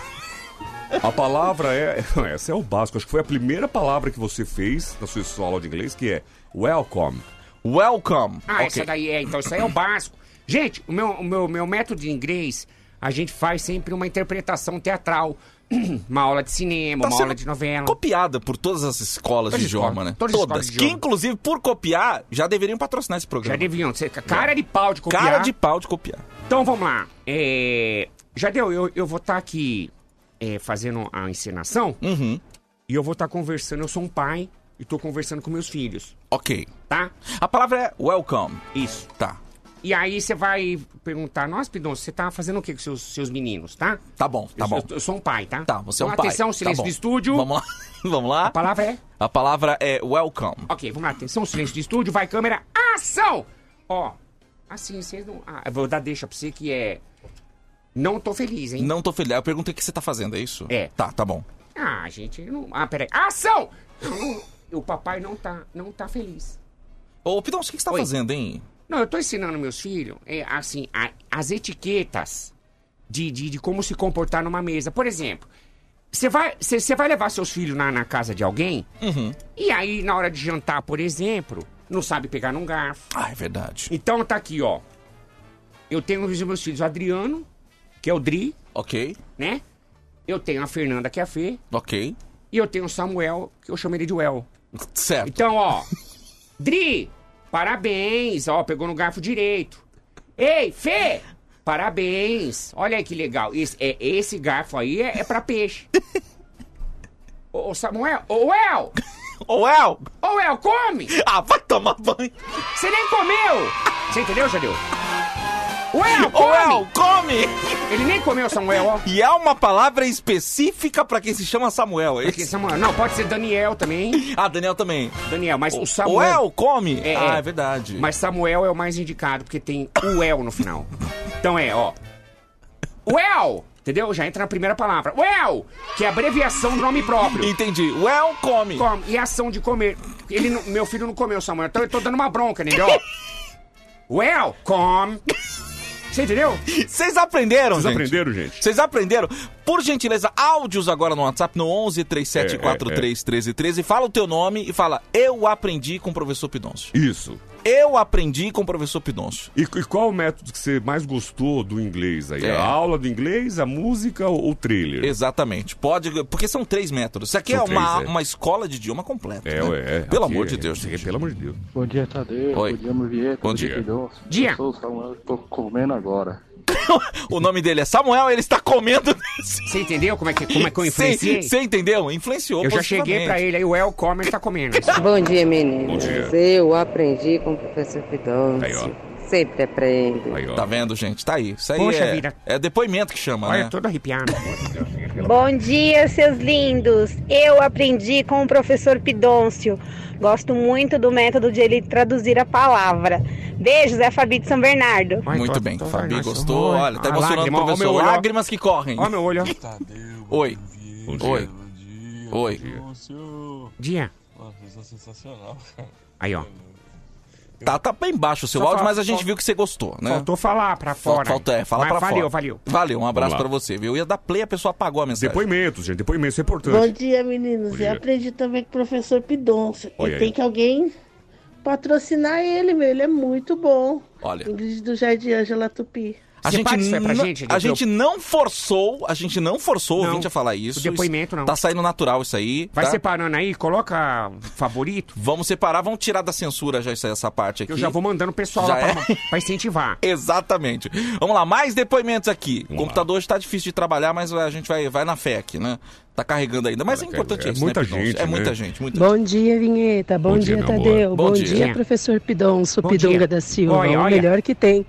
S8: A palavra é. Essa é o básico. Acho que foi a primeira palavra que você fez na sua sua aula de inglês, que é welcome.
S2: Welcome.
S9: Ah, essa daí é. Então isso aí é o básico. Gente, o meu, o meu, meu método de inglês, a gente faz sempre uma interpretação teatral. uma aula de cinema,
S2: Tá
S9: uma
S2: sendo
S9: aula de novela.
S2: Copiada por todas as escolas
S9: Todas
S2: de
S9: as
S2: idioma,
S9: escolas,
S2: né?
S9: todas as escolas de
S2: Que,
S9: idioma.
S2: inclusive, por copiar, já deveriam patrocinar esse programa.
S9: Já deviam. ser Cara de pau de copiar.
S2: Cara de pau de copiar.
S9: Então vamos lá. É, Já deu, eu, eu vou estar aqui é, fazendo a encenação.
S2: Uhum.
S9: E eu vou estar conversando, eu sou um pai e tô conversando com meus filhos,
S2: Ok.
S9: tá?
S2: A palavra é welcome.
S9: Isso.
S2: Tá.
S9: E aí você vai perguntar, nossa, Pidon, você tá fazendo o que com seus, seus meninos, tá?
S2: Tá bom, tá
S9: eu,
S2: bom.
S9: Eu, eu sou um pai, tá?
S2: Tá, você é um
S9: então,
S2: pai.
S9: atenção,
S2: Tá bom.
S9: silêncio de estúdio.
S2: Vamos lá. Vamos lá. A
S9: palavra é?
S2: A palavra é welcome.
S9: Ok, vamos lá, atenção, silêncio de estúdio, vai câmera, ação! Ó, assim, vocês não... Ah, eu vou dar deixa pra você que é... Não tô feliz, hein?
S2: Não tô feliz. Eu perguntei o que você tá fazendo, é isso?
S9: É.
S2: Tá, tá bom.
S9: Ah, gente, eu não... Ah, peraí. Ação! Eu não- O papai não tá, não tá feliz.
S2: Ô, Pidão, o que que você tá fazendo, hein?
S9: Não, eu tô ensinando meus filhos, é, assim, a- as etiquetas de, de, de como se comportar numa mesa. Por exemplo, você vai, você você vai levar seus filhos na, na casa de alguém,
S2: Uhum.
S9: e aí na hora de jantar, por exemplo, não sabe pegar num garfo.
S2: Ah, é verdade.
S9: Então tá aqui, ó. Eu tenho os meus filhos, o Adriano, que é o Dri,
S2: Ok,
S9: né? Eu tenho a Fernanda, que é a Fê,
S2: ok.
S9: e eu tenho o Samuel, que eu chamo ele de Well.
S2: Certo.
S9: Então, ó. Dri, parabéns. Ó, pegou no garfo direito. Ei, Fê, parabéns. Olha aí que legal. Esse, é, esse garfo aí é, é pra peixe. Ô, ô, Samuel, ô, El!
S2: Ô, El!
S9: Ô, El, come!
S2: Ah, vai tomar banho!
S9: Você nem comeu! Você entendeu, Jadeu? O El,
S2: Ô,
S9: come!
S2: El, come!
S9: Ele nem comeu, Samuel, ó.
S2: E é uma palavra específica pra quem se chama Samuel, é
S9: Porque
S2: isso?
S9: Samuel, não, pode ser Daniel também.
S2: Ah, Daniel também.
S9: Daniel, mas o
S2: Ô,
S9: Samuel.
S2: El, come!
S9: É,
S2: ah,
S9: é.
S2: é verdade.
S9: Mas Samuel é o mais indicado, porque tem o El no final. Então é, ó. O El, entendeu? Já entra na primeira palavra. O El, que é a abreviação do nome próprio.
S2: Entendi. O El, come!
S9: Come, e ação de comer. Ele não- meu filho não comeu, Samuel, então eu tô dando uma bronca nele, ó. O El, come. Você entendeu?
S2: Vocês aprenderam,
S8: Vocês
S2: gente?
S8: aprenderam, gente?
S2: Vocês aprenderam? Por gentileza, áudios agora no WhatsApp no 11
S8: É,
S2: 37 43 13 13. Fala o teu nome e fala: Eu aprendi com o professor Pidoncio.
S8: Isso.
S2: Eu aprendi com o professor Pidoncio.
S8: E, e qual o método que você mais gostou do inglês aí?
S2: É.
S8: A aula do inglês, a música ou o trailer?
S2: Exatamente. Pode, porque são três métodos. Isso aqui
S8: São
S2: é uma,
S8: três, é.
S2: uma escola de idioma completa.
S8: É,
S2: né?
S8: ué, é.
S2: Pelo
S8: Aqui
S2: amor
S8: é-
S2: de Deus.
S8: é, Pelo amor de Deus.
S12: Bom dia, Tadeu.
S2: Oi.
S12: Bom dia, Muvieta.
S2: Bom dia.
S12: Dia. Eu sou o Samuel, tô comendo agora.
S2: O nome dele é Samuel, ele está comendo. Você
S9: entendeu como é que, como é que eu influenciei?
S2: Você entendeu? um, Influenciou.
S9: Eu já cheguei pra ele aí, o El Comer tá comendo.
S13: Bom dia, meninas.
S2: Bom dia.
S13: Eu aprendi com o professor Fidoncio.
S2: Aí, ó.
S13: Sempre aprende.
S2: Tá vendo, gente? Tá aí. Isso aí
S13: Poxa
S2: é,
S13: vida.
S2: é depoimento que chama,
S13: Olha,
S2: né?
S9: todo arrepiado.
S14: Bom dia, seus lindos! Eu aprendi com o professor Pidôncio. Gosto muito do método de ele traduzir a palavra. Beijos, é a Fabi de São Bernardo.
S2: Muito bem, Fabi gostou. Olha, tá
S9: a
S2: emocionando
S9: lágrima,
S2: o
S9: ó,
S2: professor.
S9: meu olho, ó.
S2: Lágrimas que correm.
S9: Ó meu olho, ó.
S2: Oi. Oi. Oi.
S9: Dia.
S15: sensacional, cara.
S9: Aí, ó.
S2: Tá, tá bem baixo o seu
S9: Só
S2: áudio,
S9: fal-
S2: mas a gente
S9: fal-
S2: viu que você gostou,
S15: É.
S2: né?
S9: Faltou falar pra
S2: Fal-
S9: fora.
S2: Falta, é, fala
S9: Mas
S2: pra
S9: valeu,
S2: fora.
S9: Valeu,
S2: Valeu, um abraço pra
S8: Vamos
S2: você, viu? Eu ia dar play, a pessoa apagou a mensagem.
S8: Depoimentos, gente. Depoimentos, isso é
S16: Bom
S8: importante.
S16: dia, meninos.
S2: é.
S8: Bom dia.
S16: Eu aprendi também com o professor Pidoncio.
S8: Olha
S16: Ele
S8: aí.
S16: tem que alguém patrocinar ele, meu. Ele é muito bom.
S2: Olha.
S16: Ingrid do Jardim Ângela Tupi.
S2: A gente, não- a gente não forçou, a gente não forçou o
S9: Não,
S2: ouvinte a falar isso.
S9: o depoimento não.
S2: Tá saindo natural isso aí.
S9: Vai
S2: tá?
S9: separando aí, coloca favorito.
S2: Vamos separar, vamos tirar da censura já essa, essa parte aqui.
S9: Eu já vou mandando o pessoal
S2: Já
S9: lá
S2: é?
S9: pra, pra incentivar.
S2: Exatamente. Vamos lá, mais depoimentos aqui. O computador hoje tá difícil de trabalhar, mas a gente vai, vai na fé aqui, né? Tá carregando ainda. Mas é importante
S8: é
S2: isso,
S8: muita
S2: né, Pidoncio?
S8: gente,
S2: É muita
S8: né?
S2: gente, muita
S17: Bom dia, Vinheta. Bom,
S2: Bom dia,
S17: dia,
S2: meu amor.
S17: Tadeu.
S2: Bom
S17: Bom,
S2: dia.
S17: dia. professor Pidonço,
S2: Bom
S17: Pidonga
S2: dia.
S17: da Silva.
S2: Olha,
S17: o
S2: olha.
S17: melhor que tem.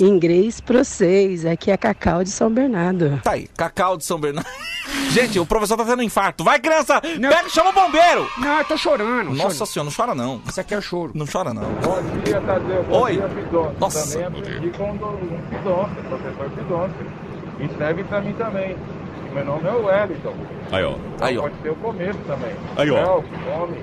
S17: Inglês pra vocês. Aqui é Cacau de São Bernardo.
S2: Tá aí, Cacau de São Bernardo. Gente, o professor tá tendo um infarto. Vai, criança! Pega e chama o bombeiro!
S9: Não, eu tô chorando.
S2: Nossa senhora, não chora não.
S9: Isso aqui é choro.
S2: Não chora não.
S12: Bom dia, Tadeu. Bom
S2: Oi.
S12: dia, Pidoncio.
S2: Nossa.
S12: Também aprendi com o do- Pidoncio, professor Pidoncio. E serve pra mim também. E Meu nome é Wellington.
S8: Aí, ó.
S2: Aí, ó.
S12: Pode ser o começo também.
S2: Aí, ó.
S12: Well, come.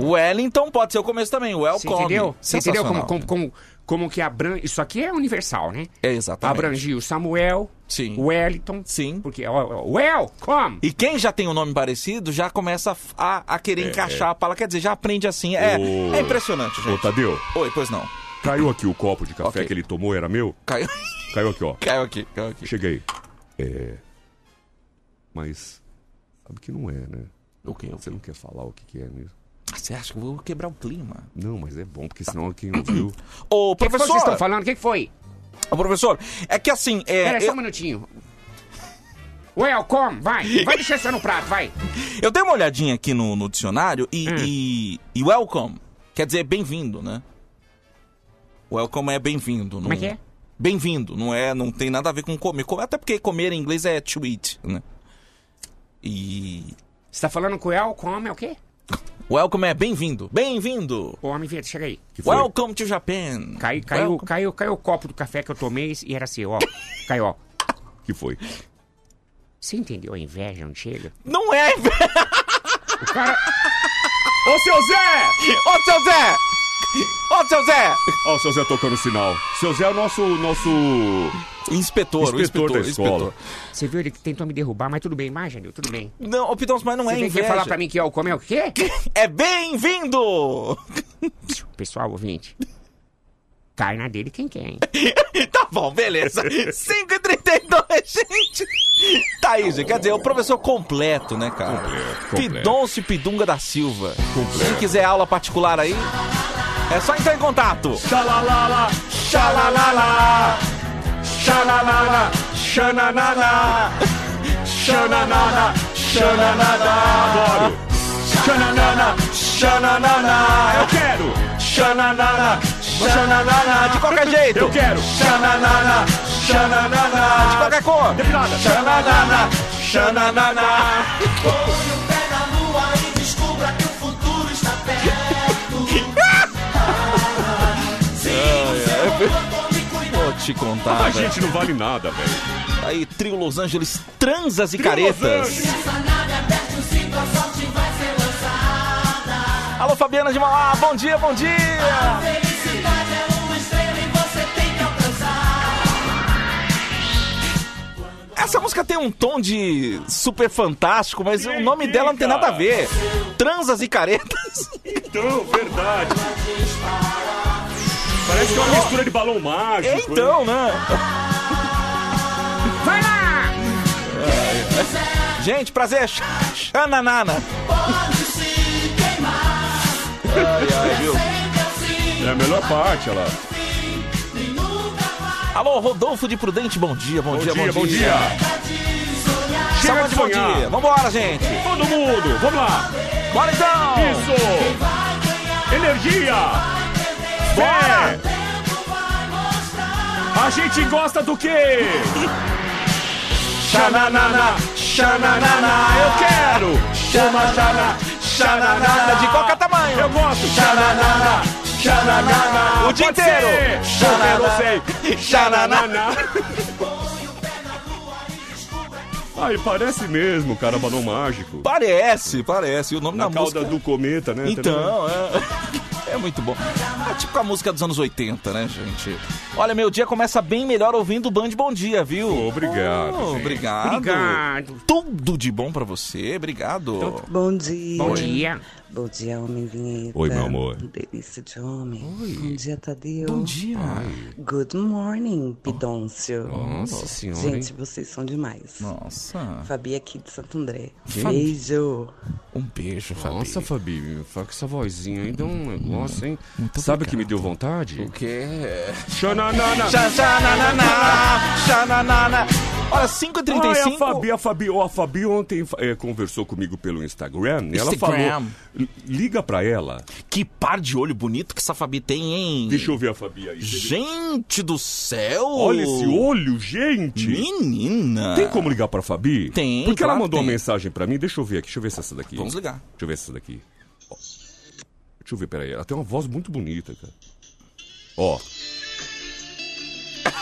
S2: O Wellington pode ser o começo também. é O El
S9: Você entendeu?
S2: come.
S9: Você entendeu como,
S2: Sensacional.
S9: como, como, como que abrange. Isso aqui é universal, né?
S2: É, exatamente.
S9: Abrangiu o Samuel, o Wellington.
S2: Sim.
S9: Porque, ó, ó, well, come!
S2: E quem já tem um nome parecido já começa a, a querer
S8: É,
S2: encaixar a palavra. Quer dizer, já aprende assim. É,
S8: Ô.
S2: é impressionante, gente.
S8: Ô, Tadeu.
S2: Oi, pois não.
S8: Caiu aqui o copo de café que ele tomou, era meu?
S2: Caiu.
S8: Caiu aqui, ó.
S2: Caiu aqui, caiu aqui.
S8: Cheguei. É. Mas. Sabe que não é, né?
S2: O quê?
S8: Você não quer falar o que, que é mesmo?
S2: Você acha que eu vou quebrar o clima?
S8: Não, mas é bom, porque senão quem ouviu.
S2: Ô,
S9: que
S2: professor.
S9: vocês estão falando? O que que foi?
S2: Ô, professor, é que assim. É,
S9: Pera, só
S2: eu-
S9: um minutinho. Well, come, vai. Vai deixar isso no prato, vai.
S2: Eu dei uma olhadinha aqui no, no dicionário
S9: Hum.
S2: e, e- e welcome quer dizer bem-vindo, né? Welcome é bem-vindo.
S9: Como é que é?
S2: Bem-vindo, não é, não tem nada a ver com comer. Co- Até porque comer em inglês é to eat, né? E
S9: Você tá falando com El, come é o quê?
S2: welcome é bem-vindo, bem-vindo.
S9: Ô, homem, chega aí.
S2: foi? Welcome to Japan.
S9: Caiu, caiu, caiu, caiu o copo do café que eu tomei e era assim, ó. Caiu, ó.
S8: que foi?
S9: Você entendeu a inveja, não chega?
S2: Não é, velho.
S9: O cara...
S8: Ô, seu Zé!
S2: Ô, seu Zé! Ô, seu Zé!
S8: Ó, o seu Zé tocando o sinal. Seu Zé é o nosso. nosso...
S2: Inspetor, o
S8: inspetor, da
S2: inspetor,
S8: escola.
S9: Você viu, ele tentou me derrubar, mas tudo bem, mas, Janil, tudo bem.
S2: Não, ô Pidons, mas não
S9: Você
S2: é
S9: vem quer
S2: inglês.
S9: falar pra mim que El come é o quê?
S2: É bem-vindo!
S9: Pessoal, ouvinte, cai na dele quem quer, hein?
S2: Tá bom, beleza. 5h32, gente. Tá aí, gente. Quer dizer, é o professor completo, né, cara?
S8: completo.
S2: Pidonce Pidunga da Silva. Se quiser aula particular aí, é só entrar em contato.
S5: Xalalala, xalalala, xalalala, xananana, xananana, xananana. Adoro. Xananana, xananana, eu quero. Xananana, xananana. De qualquer jeito. Eu quero. Xananana, xananana. De qualquer cor. Depilada. Xananana, xananana.
S3: Põe o pé na lua e descubra que o futuro está perto.
S2: Vou te contar.
S8: A
S2: velho.
S8: gente não vale nada, velho.
S2: Aí, Trio Los Angeles, transas e
S8: Trio Los
S2: caretas. Alô, Fabiana de Malá, bom dia, bom dia.
S3: Felicidade é uma estrela e você tem que alcançar.
S2: Essa música tem um tom de super fantástico, mas o nome dela não tem nada a ver. Transas e caretas.
S8: Então, verdade. Parece que é uma mistura de balão mágico.
S2: É, então, né?
S5: Vai lá!
S2: Gente, prazer. Ch- Xananana. Ai, ai, viu?
S8: É a melhor parte, olha lá.
S2: Alô, Rodolfo de Prudente, bom dia, bom, dia,
S8: dia,
S2: bom
S8: bom
S2: dia.
S8: Chega
S2: Chama
S8: de
S2: de bom
S8: sonhar.
S2: dia. Vambora, gente.
S8: Todo mundo, vamos lá.
S2: Bora então.
S8: Isso. Energia. Fé. A gente gosta do quê? Xananana, xananana, eu quero. Uma xana, xananana. De qualquer tamanho. Eu gosto. Xananana, xananana.
S2: O dia
S8: Pode
S2: inteiro.
S8: ser.
S2: Xanana.
S8: Eu sei. Xananana. Ai, parece mesmo, cara, balão mágico.
S2: Parece, parece. E o nome
S8: Na
S2: da
S8: cauda
S2: música...
S8: do cometa, né?
S2: Então, é. É muito bom. É tipo a música dos anos 80, né, gente? Olha, meu dia começa bem melhor ouvindo o Band Bom Dia, viu?
S8: Obrigado,
S2: Oh,
S8: gente.
S2: obrigado.
S8: Obrigado.
S2: Tudo de bom pra você.
S8: Então,
S2: Obrigado.
S18: Bom dia.
S2: Bom dia.
S18: Bom dia, homem vinheta.
S2: Oi, meu amor.
S18: Delícia de homem. Bom dia, Tadeu.
S2: Bom dia. Oh.
S18: Good morning, Pidôncio.
S2: Nossa senhora,
S18: Gente,
S2: hein?
S18: vocês são demais.
S2: Nossa.
S18: Fabi aqui de Santo André.
S2: Que-
S18: Beijo.
S2: Um beijo, Fabi.
S8: Nossa, Fabi, fala com essa vozinha aí, dá
S2: Hum,
S8: um negócio, hein? Sabe o que me deu vontade? O
S2: quê?
S8: Xananana!
S2: Xa- xananana, xananana. Olha, 5h35.
S8: Ai, a Fabi, a Fabi, ó, a Fabi ontem eh, conversou comigo pelo Instagram e ela
S2: Instagram.
S8: falou... "L- Liga pra ela.
S2: Que par de olho bonito que essa Fabi tem, hein?
S8: Deixa eu ver a Fabi aí.
S2: Gente do céu!
S8: Olha esse olho, gente!
S2: Menina!
S8: Tem como ligar pra Fabi?
S2: Tem,
S8: Porque
S2: claro
S8: ela mandou
S2: que
S8: uma
S2: tem.
S8: mensagem pra mim, deixa eu ver aqui, deixa eu ver se é essa daqui.
S2: Vamos ligar.
S8: Deixa eu ver se é essa daqui. Ó. Deixa eu ver, peraí, ela tem uma voz muito bonita, cara. Ó,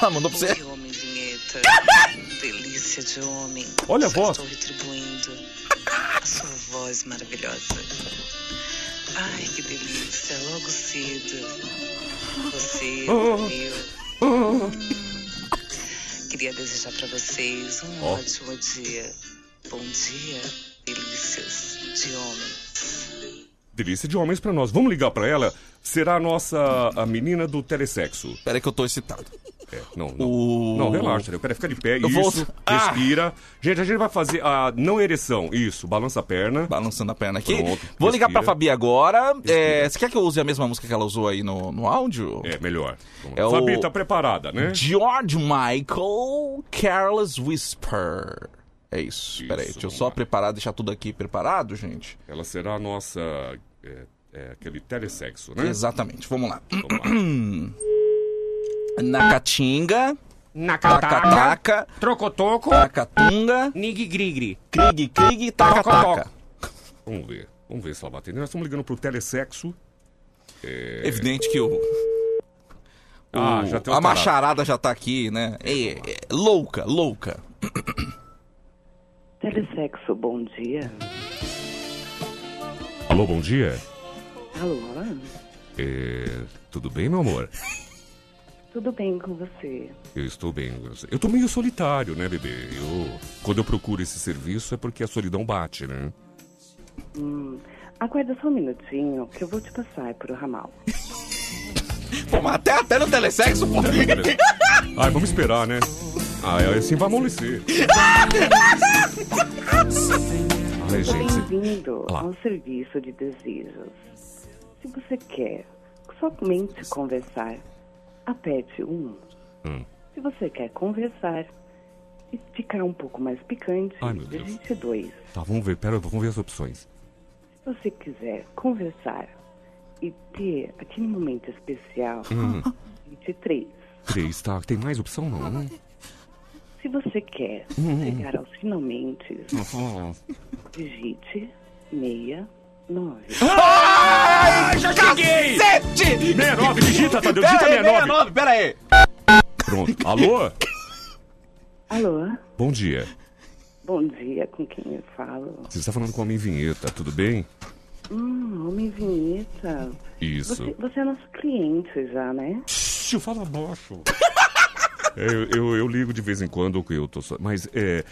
S2: Ela mandou pra você.
S18: Homem vinheta. Delícia de homem.
S8: Olha a voz.
S18: Estou retribuindo a sua voz maravilhosa. Ai, que delícia. Logo cedo. Você,
S5: Oh.
S18: eu. Queria desejar pra vocês um
S5: Ó.
S18: ótimo dia. Bom dia, delícias de homem.
S8: delícia de homens pra nós. Vamos ligar pra ela? Será a nossa a menina do telesexo.
S2: Peraí que eu tô excitado.
S8: É, não, não.
S2: O-
S8: Não, relaxa, né? peraí, fica de pé.
S2: Eu
S8: Isso,
S2: vou- Ah!
S8: respira. Gente, a gente vai fazer a não ereção. Isso, balança a perna.
S2: Balançando a perna aqui. Vou ligar pra Fabi agora. É, você quer que eu use a mesma música que ela usou aí no, no áudio?
S8: É, melhor. Vamos
S2: É
S8: lá.
S2: o-
S8: Fabi, tá preparada, né?
S2: George Michael Careless Whisper. É isso. Peraí, deixa eu só preparar, deixar tudo aqui preparado, gente.
S8: Ela será a nossa. É, é, aquele telesexo, né?
S2: Exatamente, vamos lá. Na Caatinga.
S9: Na
S2: Tacataca.
S9: Trocotoco.
S2: Tacatunga.
S9: Nigrigri.
S2: Crig, crig, tacataca.
S8: Vamos ver. Vamos ver se ela vai atender. Nós estamos ligando pro telesexo. É...
S2: Evidente que o.
S8: Ah,
S2: o-
S8: já tem
S2: a
S8: uma parada.
S2: macharada já tá aqui, né? É, é, louca, louca.
S13: Telesexo, bom dia.
S8: Alô, bom dia.
S13: Alô,
S8: É, Tudo bem, meu amor?
S13: tudo bem com você?
S8: Eu estou bem. Eu tô meio solitário, né, bebê? Eu... Quando eu procuro esse serviço é porque a solidão bate, né?
S13: Hum, aguarda só um minutinho que eu vou te passar por o ramal.
S2: Pô, mas até, até no telesexo, pô.
S8: Ai, vamos esperar, né? Ai, ai, assim vai amolecer. Ai, gente. você-
S13: Bem-vindo
S8: Olha lá.
S13: ao serviço de desejos. Se você quer somente conversar, aperte um.
S8: Hum.
S13: Se você quer conversar e ficar um pouco mais picante,
S8: Ai, meu Deus.
S13: digite dois.
S8: Tá, vamos ver. Pera, vamos ver as opções.
S13: Se você quiser conversar e ter aquele momento especial,
S8: Hum.
S13: digite três.
S8: Três, tá. Tem mais opção, não? né?
S13: Se você quer
S8: Hum.
S13: chegar aos finalmente, digite meia nove.
S8: Ai,
S5: já
S2: cheguei!
S8: 69, digita, Tadeu, digita 69.
S2: Pera aí.
S8: Pronto. Alô?
S13: Alô?
S8: Bom dia.
S13: Bom dia, com quem eu falo?
S8: Você está falando com a minha vinheta, tudo bem?
S13: Hum, Homem Vinheta.
S8: Isso.
S13: Você, você é nosso cliente já, né?
S8: Tio, fala baixo. É, Eu, eu, eu ligo de vez em quando que eu tô só. Mas é.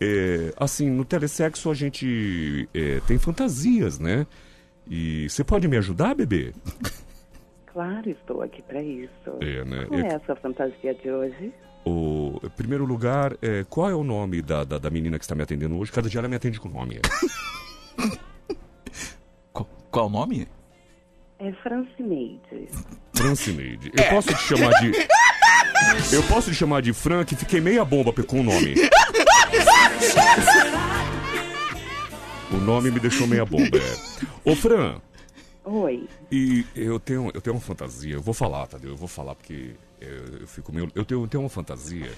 S8: é, assim, no telesexo a gente é, tem fantasias, né? E você pode me ajudar, bebê?
S13: Claro, estou aqui para isso.
S8: É, né?
S13: Qual é a sua fantasia de hoje?
S8: O em primeiro lugar, é, qual é o nome da, da, da menina que está me atendendo hoje? Cada dia ela me atende com nome.
S2: qual, qual o nome?
S13: É Francineide.
S8: Francineide. Eu posso te chamar de. Eu posso te chamar de Frank, fiquei meia bomba com o nome. O nome me deixou meia bomba. é. Ô Fran,
S13: Oi.
S8: e eu tenho, eu tenho uma fantasia, eu vou falar, Tadeu, eu vou falar porque eu, eu fico meio. Eu tenho, eu tenho uma fantasia.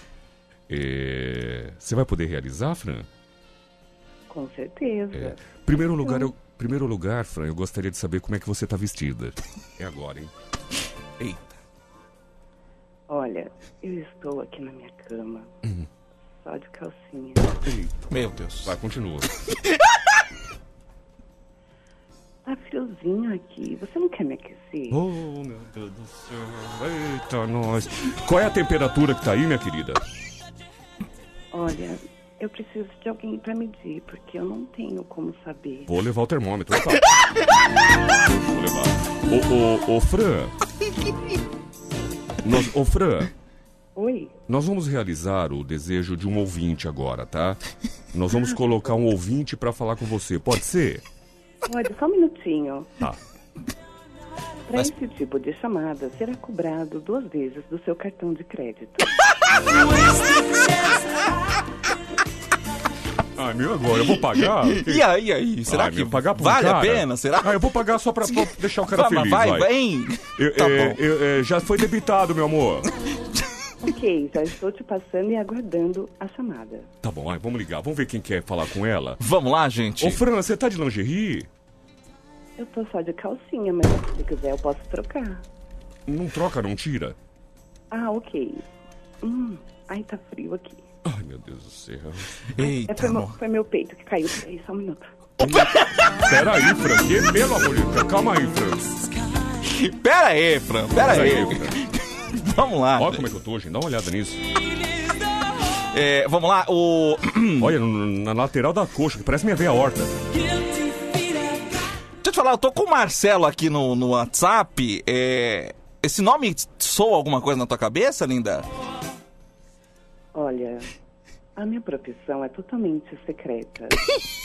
S8: É, Você vai poder realizar, Fran?
S13: Com certeza.
S8: É. Primeiro lugar, eu, primeiro lugar, Fran, eu gostaria de saber como é que você tá vestida. É agora, hein? Eita.
S13: Olha, eu estou aqui na minha cama.
S8: Hum.
S13: Só de calcinha.
S8: Meu Deus. Vai, continua.
S13: Tá friozinho aqui. Você não quer me aquecer?
S8: Oh, meu Deus do céu. Eita, nós. Qual é a temperatura que tá aí, minha querida?
S13: Olha, eu preciso de alguém para medir, porque eu não tenho como saber.
S8: Vou levar o termômetro. Opa. Vou levar. Ô, ô, ô, Fran. Nós, ô, Fran.
S13: Oi?
S8: Nós vamos realizar o desejo de um ouvinte agora, tá? Nós vamos colocar um ouvinte pra falar com você. Pode ser?
S13: Olha, só um minutinho.
S8: Tá.
S13: Para esse tipo de chamada, será cobrado duas vezes do seu cartão de crédito.
S8: Ah, meu agora, eu vou pagar?
S2: E aí, e aí? Será
S8: Ah,
S2: que
S8: meu, pagar por um
S2: vale a
S8: cara?
S2: pena? Será?
S8: Ah, eu vou pagar só pra, pra deixar o cara
S2: Vai, mas
S8: feliz.
S2: vai,
S8: Vai,
S2: vem.
S8: Eu-
S2: Tá
S8: é,
S2: bom.
S8: eu- é, já foi debitado, meu amor.
S13: ok, já estou te passando e aguardando a chamada.
S8: Tá bom, ai, vamos ligar. Vamos ver quem quer falar com ela.
S2: Vamos lá, gente.
S8: Ô, Fran, você tá de lingerie?
S13: Eu tô só de calcinha, mas se você quiser eu posso trocar.
S8: Não troca, não tira?
S13: Ah, ok. Hum, ai, tá frio aqui.
S8: Ai, meu Deus do céu.
S13: É,
S2: Tá
S13: foi, meu, foi meu peito que caiu. Peraí, só um minuto.
S8: Pera aí, Fran. que- Pelo amor de Deus. Calma aí, Fran.
S2: Pera aí, Fran. Pera aí. Vamos lá.
S8: Olha como é que eu tô, gente. Dá uma olhada nisso.
S2: É, vamos lá, o...
S8: Olha, no- na lateral da coxa, que parece minha veia horta.
S2: Deixa eu te falar, eu tô com o Marcelo aqui no, no WhatsApp. É... Esse nome soa alguma coisa na tua cabeça, linda?
S13: Olha, a minha profissão é totalmente secreta.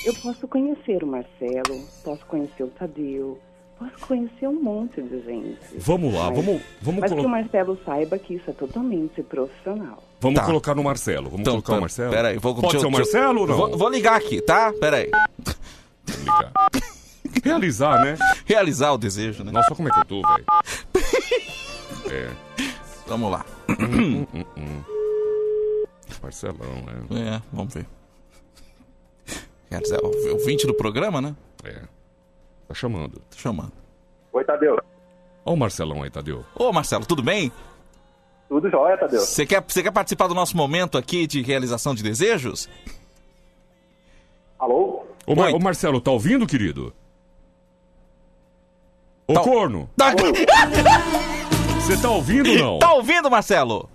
S13: Eu posso conhecer o Marcelo, posso conhecer o Tadeu, posso conhecer um monte de gente.
S8: Vamos lá,
S13: Mas-
S8: vamos, vamos,
S13: Mas que
S8: colo
S13: o Marcelo saiba que isso é totalmente profissional.
S8: vamos
S2: Tá.
S8: colocar no Marcelo. Vamos
S2: Então,
S8: colocar
S2: tá,
S8: o Marcelo?
S2: Pera aí, vou...
S8: Pode
S2: deixa
S8: ser
S2: eu-
S8: o
S2: deixa eu-
S8: Marcelo ou não?
S2: Vou, vou ligar aqui, tá? Pera aí.
S8: Realizar, né?
S2: Realizar o desejo, né?
S8: Nossa, como é que eu tô, velho? É.
S2: Vamos lá.
S8: Hum, hum, hum. Marcelão, né?
S2: É, vamos ver. Realizar é o o 20 do programa, né?
S8: É. Tá chamando.
S2: Tô chamando.
S19: Oi, Tadeu.
S8: Ó o Marcelão aí, Tadeu.
S2: Ô, Marcelo, tudo bem?
S19: Tudo jóia, Tadeu?
S2: Você quer, você quer participar do nosso momento aqui de realização de desejos?
S19: Alô?
S8: Ô, Mar- ô, Marcelo, tá ouvindo, querido?
S2: Tá.
S8: Ô, corno! Você tá ouvindo ou não?
S2: Tá ouvindo, Marcelo?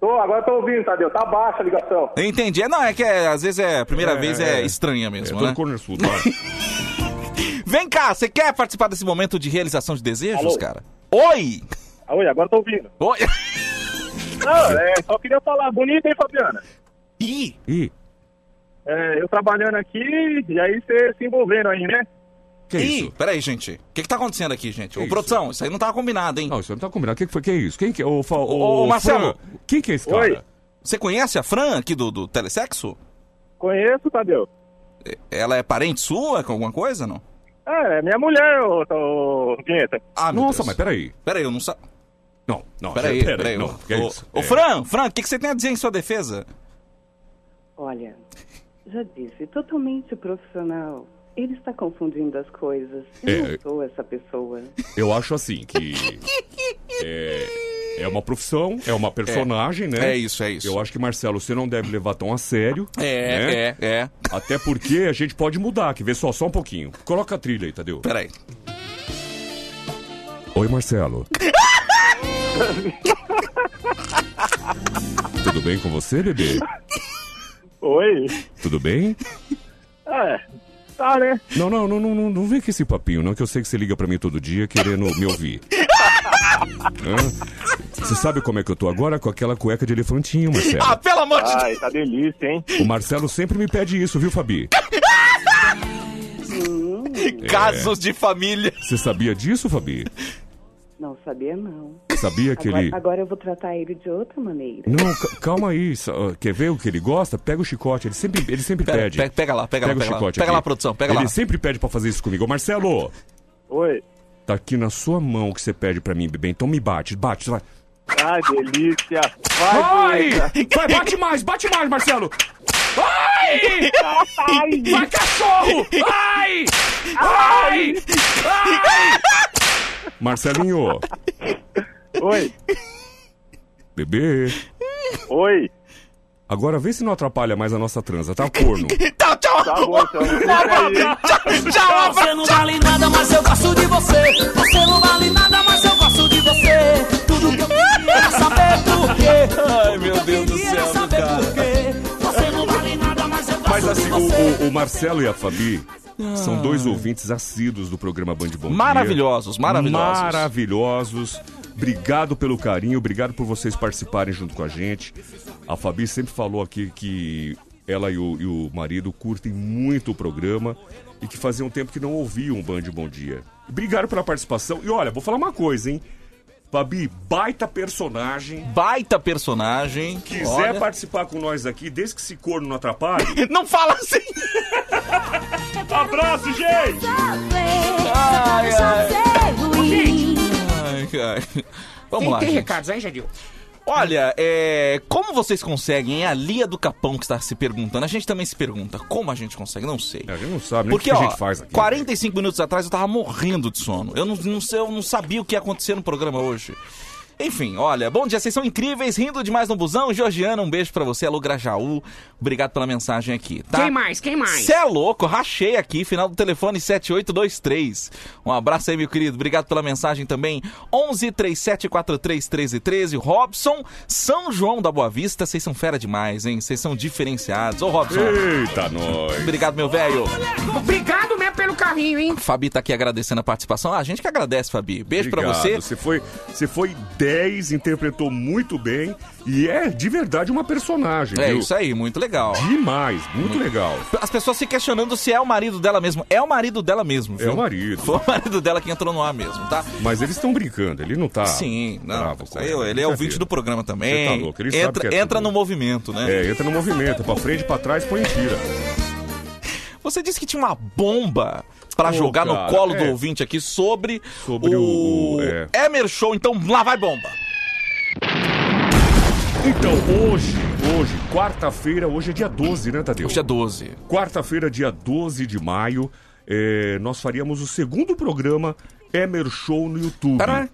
S19: Tô, agora tô ouvindo, Tadeu. Tá baixa a ligação.
S2: Entendi. É, Não, é que é, às vezes é. A primeira vez é, estranha mesmo,
S8: é, tô
S2: né?
S8: no cornersudo, olha.
S2: Vem cá, você quer participar desse momento de realização de desejos, cara? Oi!
S19: Oi, agora tô ouvindo.
S2: Oi!
S19: Não, é, só queria falar. Bonito, hein, Fabiana?
S2: Ih!
S8: Ih,
S19: É, eu trabalhando aqui e aí você se envolvendo aí, né?
S8: que é
S2: Ih,
S8: isso?
S2: peraí, gente. O que, que tá acontecendo aqui, gente? Ô, produção, isso aí não tava combinado, hein?
S8: Não, isso não tá combinado. O que, que foi? Que é isso? Quem que é? Ô, fa-
S2: Ô, ô,
S8: ô,
S2: Marcelo.
S8: Fran, quem que é esse cara?
S2: Você conhece a Fran aqui do, do Telesexo?
S19: Conheço, Tadeu.
S2: E- Ela é parente sua com alguma coisa, não?
S19: É, é minha mulher, ô, ô Vinheta.
S2: Ah, meu
S8: Nossa,
S2: Deus.
S8: mas peraí.
S2: Peraí, eu não sa...
S8: Não, não,
S2: Peraí,
S8: peraí,
S2: peraí.
S8: não.
S2: ô-
S8: que é
S2: ô-
S8: isso?
S2: Ô,
S8: É.
S2: Fran, Fran, o que, que você tem a dizer em sua defesa?
S13: Olha, já disse, totalmente profissional. Ele está confundindo as coisas. Eu
S8: É.
S13: não sou essa pessoa.
S8: Eu acho assim que. É, é uma profissão, é uma personagem, né?
S2: É isso, é isso.
S8: Eu acho que, Marcelo, você não deve levar tão a sério. né?
S2: É, é, é.
S8: Até porque a gente pode mudar, que vê só, só um pouquinho. Coloca a trilha aí, Tadeu.
S2: Peraí.
S8: Oi, Marcelo. Tudo bem com você, bebê?
S19: Oi?
S8: Tudo bem?
S19: É, tá, né?
S8: Não, não, não, não, não, não vem com esse papinho, não, que eu sei que você liga pra mim todo dia querendo me ouvir. Hã? Você sabe como é que eu tô agora? Com aquela cueca de elefantinho, Marcelo.
S19: Ah, pelo amor de Deus! Ai, tá delícia, hein?
S8: O Marcelo sempre me pede isso, viu, Fabi? É.
S2: Casos de família.
S8: Você sabia disso, Fabi?
S13: Não sabia, não.
S8: Sabia que
S13: agora,
S19: tá
S8: ele.
S13: agora eu vou tratar ele de outra maneira.
S8: Não, ca- calma aí. só- Quer ver o que ele gosta? Pega o chicote. Ele sempre, ele sempre
S2: Pera,
S8: pede.
S2: pega- pega lá, pega lá,
S8: o
S2: pega lá.
S8: chicote
S2: Pega
S8: aqui.
S2: lá, produção, pega
S8: ele
S2: lá.
S8: sempre pede pra fazer isso comigo. Ô, Marcelo,
S19: Oi?
S8: tá aqui na sua mão o que você pede pra mim, bebê. Então me bate, bate, vai.
S19: Ai, delícia!
S8: Vai!
S19: Vai,
S8: Vai, bate mais, bate mais, Marcelo! Ai! Vai, cachorro! Ai! Ai! Ai! Marcelinho,
S19: Oi?
S8: bebê.
S19: Oi?
S8: Agora vê se não atrapalha mais a nossa transa, tá, corno?
S19: Tchau, tchau! Tá bom, então. Tchau,
S3: Tchau, você não vale nada, mas eu gosto de você. Você não vale nada, mas eu gosto de você. Tudo que eu queria era saber por quê.
S2: Ai, meu Deus do
S3: Queria
S2: céu,
S3: saber por quê. Você não vale nada, mas eu gosto
S8: Mas assim,
S3: de
S8: o,
S3: você.
S8: o- o Marcelo e a Fabi são
S2: Ah.
S8: dois ouvintes assíduos do programa Band Bom Dia.
S2: Maravilhosos, maravilhosos.
S8: Maravilhosos. Obrigado pelo carinho, obrigado por vocês participarem junto com a gente. A Fabi sempre falou aqui que ela e o, e o marido curtem muito o programa e que fazia um tempo que não ouviam o Band Bom Dia. Obrigado pela participação. E olha, vou falar uma coisa, hein? Fabi, baita personagem.
S2: Baita personagem.
S8: Quiser
S2: Olha.
S8: participar com nós aqui, desde que esse corno não atrapalhe,
S2: Não fala assim!
S8: Abraço, gente!
S3: Ai, ai.
S2: Ai, cara. Vamos
S9: tem,
S2: lá.
S9: tem
S2: gente.
S9: recados aí, Jadil?
S2: Olha, é, como vocês conseguem? hein? A Lia do Capão que está se perguntando. A gente também se pergunta. Como a gente consegue? Não sei.
S8: É, A gente não sabe nem o
S2: Porque,
S8: que a
S2: ó,
S8: gente faz aqui.
S2: 45 minutos atrás eu tava morrendo de sono. Eu não, não sei, eu não sabia o que ia acontecer no programa hoje. Enfim, olha, bom dia, vocês são incríveis, rindo demais no busão. Georgiana, um beijo pra você, alô Grajaú. Obrigado pela mensagem aqui, tá?
S9: Quem mais? Quem mais?
S2: Cê é louco, rachei aqui, final do telefone 7823. Um abraço aí, meu querido. Obrigado pela mensagem também. 11 37431313. Robson, São João da Boa Vista, vocês são fera demais, hein? Vocês são diferenciados. Ô, Robson.
S8: Eita, nós.
S2: Obrigado, meu velho.
S9: Obrigado mesmo pelo carrinho, hein?
S2: Fabi tá aqui agradecendo a participação. Ah, a gente que agradece, Fabi. Beijo pra
S8: Obrigado.
S2: você.
S8: Você foi, você foi 10, interpretou muito bem e é de verdade uma personagem.
S2: É Hum.
S8: viu?
S2: isso aí, muito legal.
S8: Demais, muito, legal.
S2: As pessoas se questionando se é o marido dela mesmo. É o marido dela mesmo, viu?
S8: o marido.
S2: Foi o marido dela que entrou no ar mesmo, tá?
S8: Mas eles estão brincando, ele não tá.
S2: Sim, não.
S8: bravo com
S2: eu- ele é
S8: brincadeira.
S2: ouvinte do programa também.
S8: Você tá louco, ele sabe
S2: entra
S8: que é
S2: entra no movimento, né?
S8: É, entra no movimento, pra frente, pra trás, põe tira.
S2: Você disse que tinha uma bomba pra
S8: Ô,
S2: jogar
S8: cara,
S2: no colo do
S8: é.
S2: ouvinte aqui sobre,
S8: Sobre o- o- é.
S2: Emer Show, então lá vai bomba.
S8: Então, hoje, hoje, quarta-feira, hoje é dia 12, né, Tadeu? Hoje é
S2: 12.
S8: Quarta-feira, dia 12 de maio, é, nós faríamos o segundo programa Emer Show no YouTube.
S2: Pera,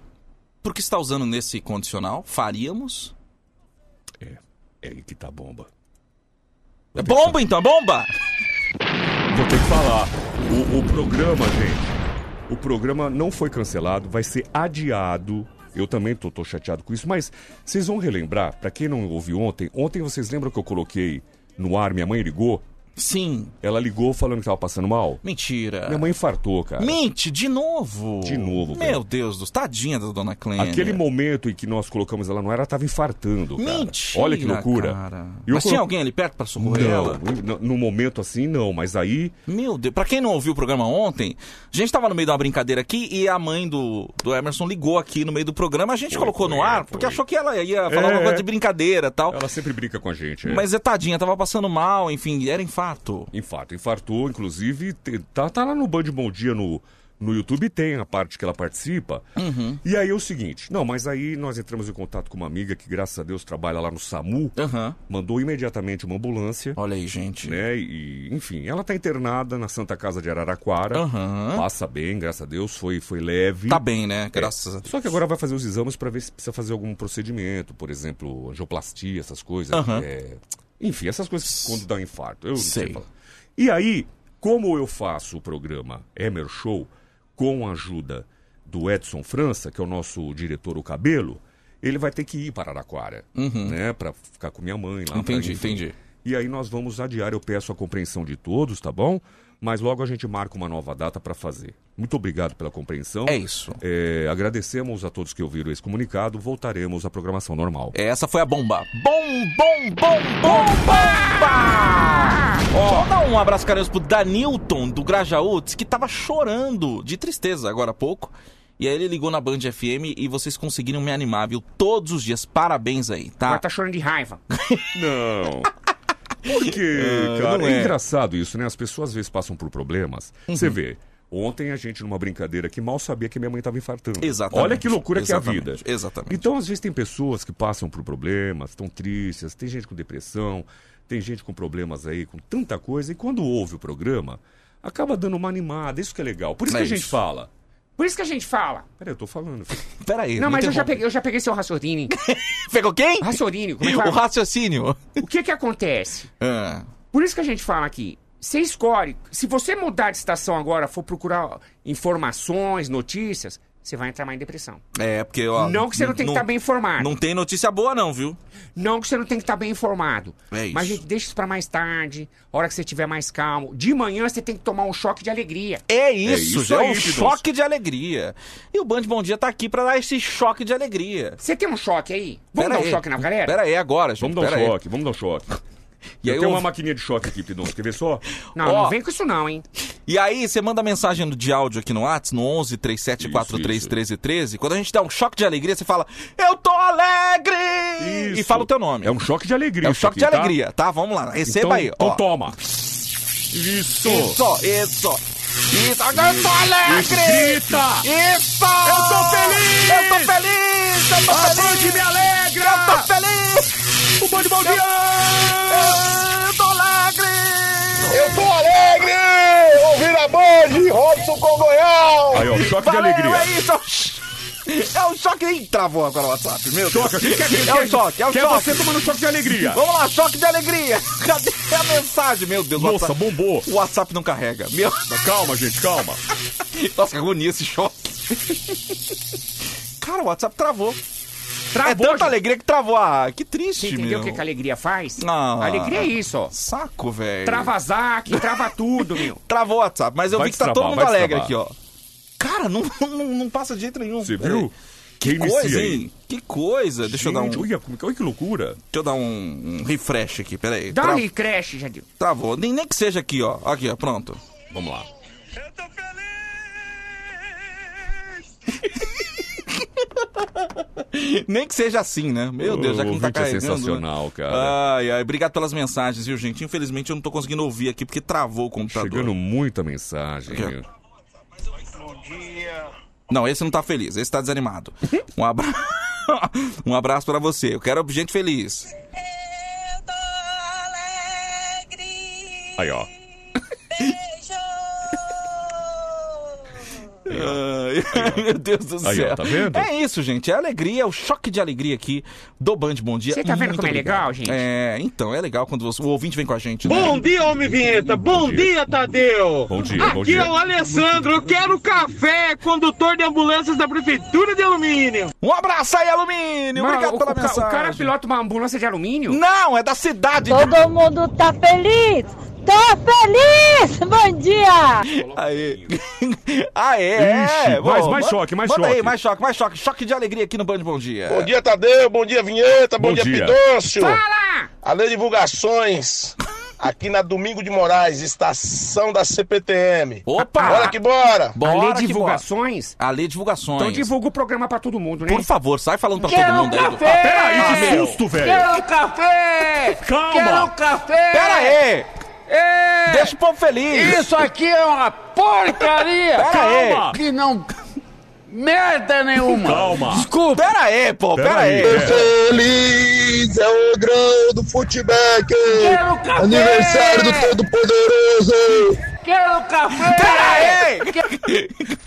S2: por que está usando nesse condicional? Faríamos?
S8: É aí que tá a bomba.
S2: É bomba então, é bomba!
S8: Vou ter que falar. O, o programa, gente, o programa não foi cancelado, vai ser adiado. Eu também tô, tô chateado com isso, mas vocês vão relembrar, pra quem não ouviu ontem, ontem vocês lembram que eu coloquei no ar, minha mãe ligou?
S2: Sim.
S8: Ela ligou falando que tava passando mal?
S2: Mentira.
S8: Minha mãe infartou, cara.
S2: Mente, de novo.
S8: De novo, velho.
S2: Meu Deus, do tadinha da dona Clênia.
S8: Aquele momento em que nós colocamos ela no ar, ela tava infartando, cara.
S2: Mentira,
S8: Olha que loucura.
S2: cara.
S8: E eu
S2: Mas tinha
S8: colo-
S2: alguém ali perto pra socorrer
S8: Não,
S2: ela?
S8: no- no momento assim não, mas aí
S2: Meu Deus, pra quem não ouviu o programa ontem, a gente tava no meio de uma brincadeira aqui e a mãe do, do Emerson ligou aqui no meio do programa, a gente colocou no ar, porque achou que ela ia falar uma
S8: É.
S2: coisa de brincadeira e tal.
S8: ela sempre brinca com a gente. é.
S2: Mas é tadinha, tava passando mal, enfim, era infarto.
S8: Infarto, infartou, inclusive, te- tá, tá lá no Band Bom Dia no, no YouTube, tem a parte que ela participa.
S2: Uhum,
S8: E aí é o seguinte, não, mas aí nós entramos em contato com uma amiga que, graças a Deus, trabalha lá no SAMU, mandou imediatamente uma ambulância.
S2: Olha aí, gente.
S8: Né, e, enfim, ela tá internada na Santa Casa de Araraquara, passa bem, graças a Deus, foi, foi leve.
S2: Tá bem,
S8: É.
S2: né? Graças a Deus.
S8: Só que agora vai fazer os exames pra ver se precisa fazer algum procedimento, por exemplo, angioplastia, essas coisas.
S2: Aham.
S8: é, Enfim, essas coisas que quando dá um infarto. Eu não sei.
S2: Sei.
S8: falar. E aí, como eu faço o programa Emer Show com a ajuda do Edson França, que é o nosso diretor O Cabelo, ele vai ter que ir para Araraquara, né? Para ficar com minha mãe lá. pra-
S2: Uhum. Entendi,
S8: enfim.
S2: entendi.
S8: E aí nós vamos adiar, eu peço a compreensão de todos, tá bom? Mas logo a gente marca uma nova data para fazer. Muito obrigado pela compreensão. É
S2: isso.
S8: agradecemos a todos que ouviram esse comunicado. Voltaremos à programação normal.
S2: Essa foi a bomba. Bom, bom, bom, bom, bomba! Só dá um abraço carinhoso pro Danilton, do Grajaú, disse que tava chorando de tristeza agora há pouco. E aí ele ligou na Band FM e vocês conseguiram me animar, viu? Todos os dias. Parabéns aí, tá?
S9: Agora tá chorando de raiva.
S8: Não. Porque,
S2: Ah,
S8: cara,
S2: não
S8: é.
S2: é.
S8: engraçado isso, né? As pessoas às vezes passam por problemas. Você vê. Ontem a gente, numa brincadeira que mal sabia que minha mãe estava infartando.
S2: Exatamente.
S8: Olha que loucura que é a
S2: Exatamente,
S8: vida. Exatamente. Então, às vezes, tem pessoas que passam por problemas, estão tristes, tem gente com depressão, tem gente com problemas aí, com tanta coisa, e quando ouve o programa, acaba dando uma animada. Isso que é legal. Por isso
S9: É
S8: que a gente
S9: isso.
S8: fala.
S9: Por isso que a gente fala.
S8: Peraí, eu tô falando.
S2: Peraí.
S9: não, mas eu já,
S8: interrompa.
S9: peguei, eu já peguei seu raciocínio.
S2: Pegou quem?
S9: Raciocínio. Como é que
S2: O
S9: fala?
S2: raciocínio.
S9: O que que acontece?
S2: Ah,
S9: Por isso que a gente fala aqui. Você escolhe. Se você mudar de estação agora, for procurar informações, notícias, você vai entrar mais em depressão.
S2: É, porque, ó.
S9: Não que você não tem que estar bem informado.
S2: Não tem notícia boa, não, viu?
S9: Não que você não tem que estar bem informado.
S2: É isso.
S9: Mas, gente, deixa isso pra mais tarde, a hora que você estiver mais calmo. De manhã você tem que tomar um choque de alegria.
S2: É isso, já é um
S9: aí, Pidoncio.
S2: choque de alegria. E o Band Bom Dia tá aqui pra dar esse choque de alegria.
S9: Você tem um choque aí? Vamos dar um choque na galera?
S2: Pera aí, agora, gente.
S8: Vamos dar um
S2: pera aí.
S8: choque, vamos dar um choque.
S2: E
S8: eu
S2: aí
S8: tenho
S2: eu-
S8: uma maquininha de choque aqui, Pidon. Quer ver só?
S9: Não, não vem com isso não, hein?
S2: E aí, você manda mensagem no- de áudio aqui no WhatsApp, no 11 37 43 13 13. Quando a gente dá um choque de alegria, você fala, eu tô alegre! E fala o teu nome. É
S8: um choque de alegria.
S2: É um choque
S8: isso aqui,
S2: de
S8: tá?
S2: alegria, tá? Vamos lá, receba
S8: Então-
S2: aí.
S8: então
S2: ó.
S8: toma. Isso!
S2: Isso, isso! Isso, agora eu tô alegre! Isso! Eu tô feliz! Eu tô feliz! Eu tô feliz! me alegra! Eu tô feliz! O Band Bom Dia! Eu, eu tô alegre!
S11: Eu tô alegre! Ouvir a Band, Robson Congonhal!
S8: Aí, ó, choque
S2: Valeu,
S8: de alegria.
S2: É isso! é um cho- É um choque... Ih, travou agora o WhatsApp, meu Deus.
S8: Choca, quem quer- quem
S2: É um
S8: quer-
S2: choque, é um
S8: quer
S2: choque.
S8: você tomando choque de alegria.
S2: Vamos lá, choque de alegria. Cadê a mensagem, meu Deus?
S8: Nossa,
S2: bombou. O WhatsApp não carrega. Meu...
S8: Calma, gente, calma.
S2: Nossa, que agonia esse choque. Cara, o WhatsApp travou. é tanta alegria que travou. Ah, que triste,
S9: Você entendeu
S2: meu.
S9: o que, que a alegria faz?
S2: Ah.
S9: alegria é isso, ó.
S2: Saco, velho.
S9: Trava zaque, trava tudo, meu.
S2: Travou o WhatsApp, mas eu
S9: Vai
S2: vi que tá
S9: destravar,
S2: todo mundo
S9: vai
S2: alegre aqui,
S9: destravar.
S2: ó. Cara, não, não, não passa de jeito nenhum. Você
S8: viu?
S2: Que
S8: Quem inicia
S2: coisa,
S8: aí?
S2: hein? Que coisa. Deixa eu dar
S8: Gente,
S2: um...
S8: olha, como- olha que loucura.
S2: Deixa eu dar um, um refresh aqui, peraí.
S9: Dá um
S2: Tra-
S9: refresh, Jadil.
S2: Travou. Nem, nem que seja aqui, ó. Aqui, ó. Pronto.
S8: Vamos lá.
S2: Nem que seja assim, né? Meu
S8: Ô,
S2: Deus, já que não tá
S8: ouvinte é
S2: carregando. né?
S8: sensacional, cara.
S2: Ai, ai, obrigado pelas mensagens, viu, gente? Infelizmente eu não tô conseguindo ouvir aqui porque travou o computador.
S8: Chegando muita mensagem. meu. um-
S2: Não, esse não tá feliz, esse tá desanimado. Um abraço. um abraço pra você. Eu quero gente feliz.
S8: Aí, ó.
S2: Ai, Meu Deus do
S8: Aí, ó,
S2: céu.
S8: tá vendo?
S2: É isso, gente. É a alegria, é o choque de alegria aqui do Band Bom Dia.
S9: Você tá vendo
S2: Muito
S9: como é
S2: obrigado.
S9: legal, gente?
S2: É, então, é legal quando você- o ouvinte vem com a gente. né?
S20: Bom dia, homem vinheta. Bom, dia. Tadeu.
S8: Bom dia, bom
S20: Aqui
S8: dia.
S20: é o Alessandro. Eu quero café, condutor de ambulâncias da Prefeitura de Alumínio.
S2: Um abraço aí, Alumínio.
S9: Mano,
S20: Obrigado
S9: o,
S20: pela
S9: o ca-
S20: mensagem.
S9: O cara é pilota uma ambulância de alumínio?
S2: Não, é da cidade.
S21: Todo mundo tá feliz! Tá feliz! Bom dia!
S2: Aê. Aê, é.
S8: Ixi, mais- mais
S2: manda-
S8: choque, mais
S2: manda aí,
S8: choque.
S2: mais choque, mais choque. Choque de alegria aqui no Band Bom Dia.
S22: Bom dia, Tadeu. Bom dia, Vinheta. Bom,
S2: Bom
S22: dia,
S2: dia.
S22: Pidôncio.
S9: Fala!
S22: Além de divulgações, aqui na Domingo de Moraes, estação da CPTM.
S2: Opa!
S22: Bora que bora!
S2: Bora que
S9: divulgações?
S2: bora. A lei divulgações.
S9: Então divulga o programa pra todo mundo, né?
S2: Por favor, sai falando pra
S9: Quero
S2: todo mundo
S5: um
S2: aí. do-
S9: café! um
S2: Ah,
S9: Ah, meu.
S2: velho.
S5: café!
S2: Calma.
S5: Quero
S9: um
S5: café!
S2: Pera aí.
S5: É.
S2: Deixa o povo feliz.
S5: Isso aqui é uma porcaria!
S2: Pera aí.
S5: Que não... Merda nenhuma!
S22: Calma.
S5: Desculpa!
S2: Pera aí, pô,
S5: pera aí!
S8: é.
S5: é.
S22: Feliz é o grão do futebol.
S5: Quero café!
S22: Aniversário do Todo Poderoso.
S5: Quero
S7: Quero café!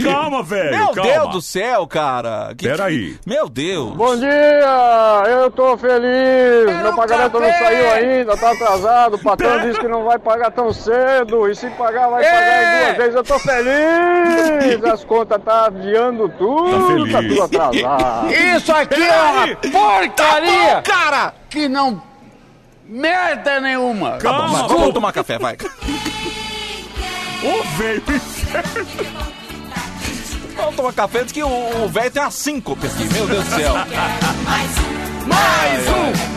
S8: Calma, velho.
S2: Meu
S8: calma.
S2: Deus do céu, cara. Que-
S8: Peraí.
S2: Meu Deus.
S1: Bom dia! Eu tô feliz! Meu pagamento não Tá saiu ainda, tá atrasado. O patrão disse que não vai pagar tão cedo. E se pagar, vai pagar em duas vezes. Eu tô feliz! As contas tá adiando tudo, tá, tudo atrasado.
S4: Isso aqui é uma
S2: Tá
S4: porcaria! cara! Que não. Merda nenhuma!
S2: Tá bom, vai, vamos tomar café, vai.
S8: Ô, velho.
S2: Vamos tomar café, diz que o o velho tem uma síncope aqui, meu Deus do céu. Mais um!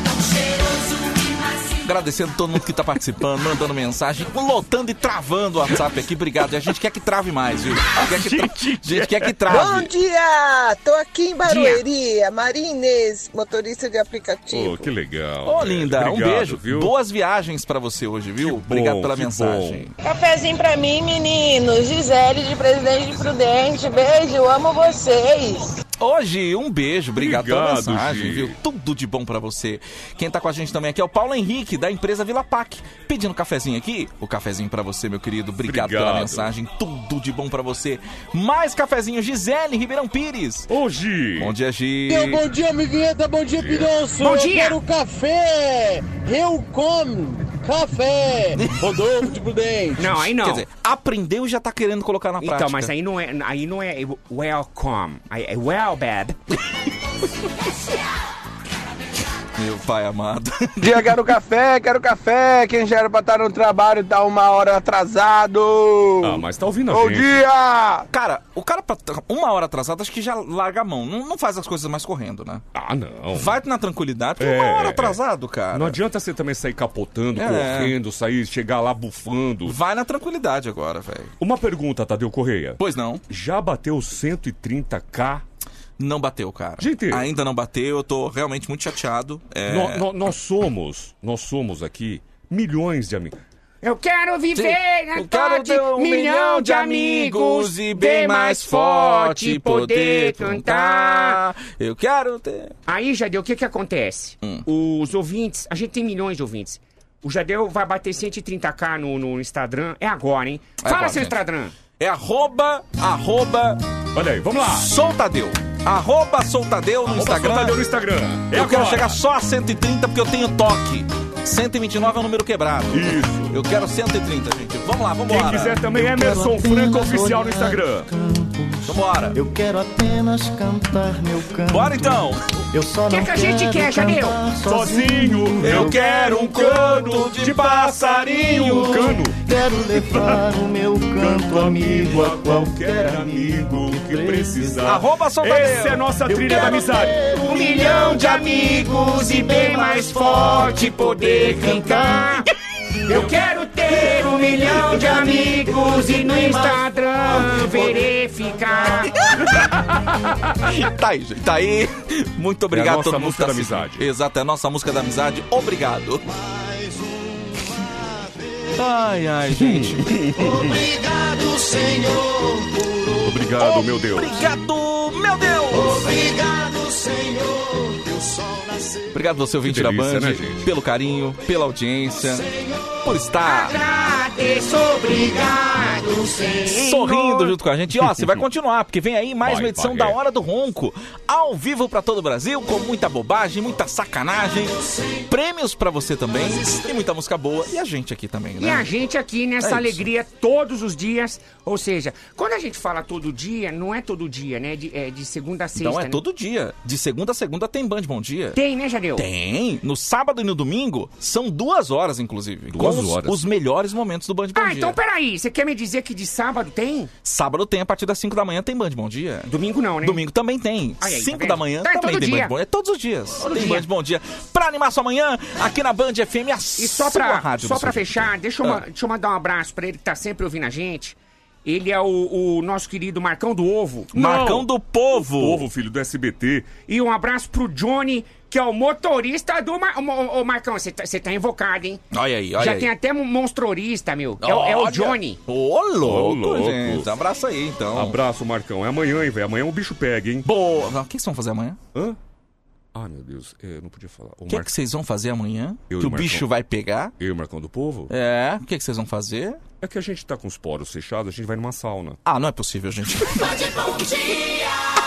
S2: Agradecendo todo mundo que tá participando, mandando mensagem, lotando e travando o WhatsApp aqui. Obrigado. E a gente quer que trave mais, viu? Quer que tra- A gente quer que
S23: Bom
S2: trave.
S23: dia! Tô aqui em Barueri, a Maria Inês, motorista de aplicativo.
S8: Ô, que legal.
S2: Ô,
S8: velho.
S2: linda, um
S8: Obrigado,
S2: beijo.
S8: viu?
S2: Boas viagens pra você hoje, viu? Obrigado pela
S8: que
S2: mensagem.
S23: Cafezinho pra mim, meninos. Gisele de Presidente de Prudente. Beijo, amo vocês.
S2: Hoje, um beijo, obrigado, pela
S8: Obrigado,
S2: mensagem,
S8: Gi.
S2: viu? Tudo de bom pra você. Quem tá com a gente também aqui é o Paulo Henrique, da empresa Vila Pac, pedindo um cafezinho aqui. O cafezinho pra você, meu querido. Obrigado, pela
S8: Obrigado.
S2: mensagem, tudo de bom pra você. Mais cafezinho, Gisele Ribeirão Pires.
S8: Ô, Gi.
S2: Bom dia, Gi.
S24: Meu bom dia, amiguinheta, bom dia,
S2: Bom dia.
S24: Pidonço.
S2: Bom
S24: Eu
S2: dia.
S24: quero café. Eu como café. Rodolfo tipo, de Prudente.
S9: Não, aí não.
S2: Quer dizer, aprendeu e já tá querendo colocar na prática.
S9: Então, mas aí não é, aí não é welcome. Aí É well bad.
S2: Meu pai amado.
S25: Bom dia, quero café, quero café. Quem já era pra estar no trabalho tá uma hora atrasado.
S8: Ah, mas tá ouvindo a
S25: Bom
S8: gente.
S25: dia!
S2: Cara, o cara pra tra- uma hora atrasado, acho que já larga a mão. Não, não faz as coisas mais correndo, né?
S8: Ah, não.
S2: Vai na tranquilidade, porque
S8: É,
S2: uma hora
S8: é.
S2: atrasado, cara.
S8: Não adianta você também sair capotando,
S2: É.
S8: correndo, sair, chegar lá bufando.
S2: Vai na tranquilidade agora, velho.
S8: Uma pergunta, Tadeu Correia.
S2: Pois não.
S8: Já bateu 130k?
S2: Não bateu, cara.
S8: Gente,
S2: Ainda não bateu, eu tô realmente muito chateado. É...
S8: nó- nó- nós somos, nós somos aqui milhões de amigos.
S9: Eu quero viver na
S2: quero
S9: tote, um milhão, de amigos e bem mais forte poder cantar.
S2: Eu quero ter.
S9: Aí, Jadeu, o que que acontece? Os ouvintes, a gente tem milhões de ouvintes. O Jadeu vai bater 130k no, no Instagram. É agora, hein?
S2: É
S9: Fala
S2: agora,
S9: seu
S2: gente.
S9: Instagram.
S2: É arroba, arroba.
S8: Olha aí, vamos lá.
S2: Soltadeu. Arroba Soltadeu no
S8: Arroba
S2: Instagram.
S8: Soltadeu no Instagram. É
S2: eu quero
S8: agora.
S2: chegar só a 130 porque eu tenho toque. 129 é o número quebrado.
S8: Isso.
S2: Eu quero 130, gente. Vamos lá, vamos
S8: Quem
S2: lá.
S8: quiser tá- também, Emerson Franco Oficial no Instagram.
S2: Vambora.
S26: Eu quero apenas cantar meu canto.
S2: Bora então.
S26: Eu só
S2: Que
S26: não
S2: que a gente
S26: quero
S2: quer, Jadeu?
S26: cantar
S2: Sozinho. Eu quero um cano de passarinho. Um cano.
S26: Quero levar o meu canto amigo a qualquer amigo que
S8: Ah.
S26: precisar.
S2: Arroba Soltadeu.
S26: Essa é a nossa trilha da amizade.
S9: Um milhão de amigos e bem mais forte poder cantar. Eu quero ter um milhão de amigos e no Instagram verificar.
S2: tá aí, gente. Tá aí. Muito obrigado
S8: É a nossa
S2: todo mundo que
S8: música
S2: tá
S8: da
S2: assistindo.
S8: amizade.
S2: Exato, é a nossa música da amizade. Obrigado. Ai, ai, gente.
S3: Obrigado, Senhor.
S8: Obrigado, meu Deus.
S2: Obrigado, meu Deus.
S3: Obrigado, Senhor. Que o sol nasceu.
S2: Obrigado você, ouvinte
S8: Que
S2: da
S8: delícia,
S2: Band,
S8: né, gente?
S2: pelo carinho, pela audiência, por estar
S9: Agradeço, obrigado, Senhor.
S2: sorrindo junto com a gente. E ó, você vai continuar, porque vem aí mais
S8: Vai,
S2: uma edição
S8: vai,
S2: da
S8: é.
S2: Hora do Ronco, ao vivo pra todo o Brasil, com muita bobagem, muita sacanagem, prêmios pra você também e muita música boa e a gente aqui também, né?
S9: E a gente aqui
S2: É
S9: nessa
S2: isso.
S9: alegria todos os dias. Ou seja, quando a gente fala todo dia, não é todo dia, né? De, é de segunda a sexta.
S2: Então é
S9: né?
S2: todo dia. De segunda a segunda tem Band Bom Dia.
S9: Tem, né,
S8: Então.
S9: Jadeu?
S2: Tem. No sábado e no domingo são duas horas, inclusive.
S8: Duas
S2: com os-
S8: horas.
S2: Os, melhores momentos do Band Bom
S9: Ah,
S2: Dia.
S9: então peraí. Você quer me dizer que de sábado tem?
S2: Sábado tem, a partir das 5 da manhã tem Band Bom Dia.
S9: Domingo não, né?
S2: Domingo também tem.
S9: Olha aí,
S2: 5
S9: tá
S2: da
S9: vendo?
S2: manhã
S9: Tá, é
S2: também
S9: todo
S2: tem
S9: dia.
S2: Band Bom Dia. Todos os dias.
S9: Todo
S2: tem
S9: dia.
S2: Band Bom Dia. Pra animar sua manhã, aqui na Band FM, a
S9: E só
S2: sua
S9: pra,
S2: rádio.
S9: só
S2: do
S9: pra
S2: seu jeito.
S9: fechar, deixa eu, ma- deixa eu mandar um abraço pra ele que tá sempre ouvindo a gente. Ele é o, o nosso querido Marcão do Ovo.
S2: Marcão do Povo.
S8: Povo, filho do SBT.
S9: E um abraço pro Johnny, que é o motorista do... Ma... Ô, ô, Marcão, você tá, você tá invocado, hein?
S2: Olha aí, olha
S9: Já
S2: aí.
S9: tem até um monstrorista, meu. É, o- é o
S2: Olha.
S9: Johnny.
S2: Ô,
S8: Ô,
S2: louco,
S8: louco.
S2: gente. Abraço aí, então.
S8: Abraço, Marcão. É amanhã, hein, velho? Amanhã o bicho pega, hein?
S2: Boa. O que vocês vão fazer amanhã?
S8: Hã? Ah, meu Deus. é, Eu não podia falar. Ô,
S2: O que é
S8: Mar-
S2: que vocês vão fazer amanhã?
S8: Eu e
S2: que o
S8: Marcão.
S2: bicho vai pegar?
S8: Eu e o Marcão do Povo?
S2: É, o que, que vocês vão fazer?
S8: É que a gente tá com os poros fechados, a gente vai numa sauna.
S2: Ah, não é possível, gente.
S3: Bom dia!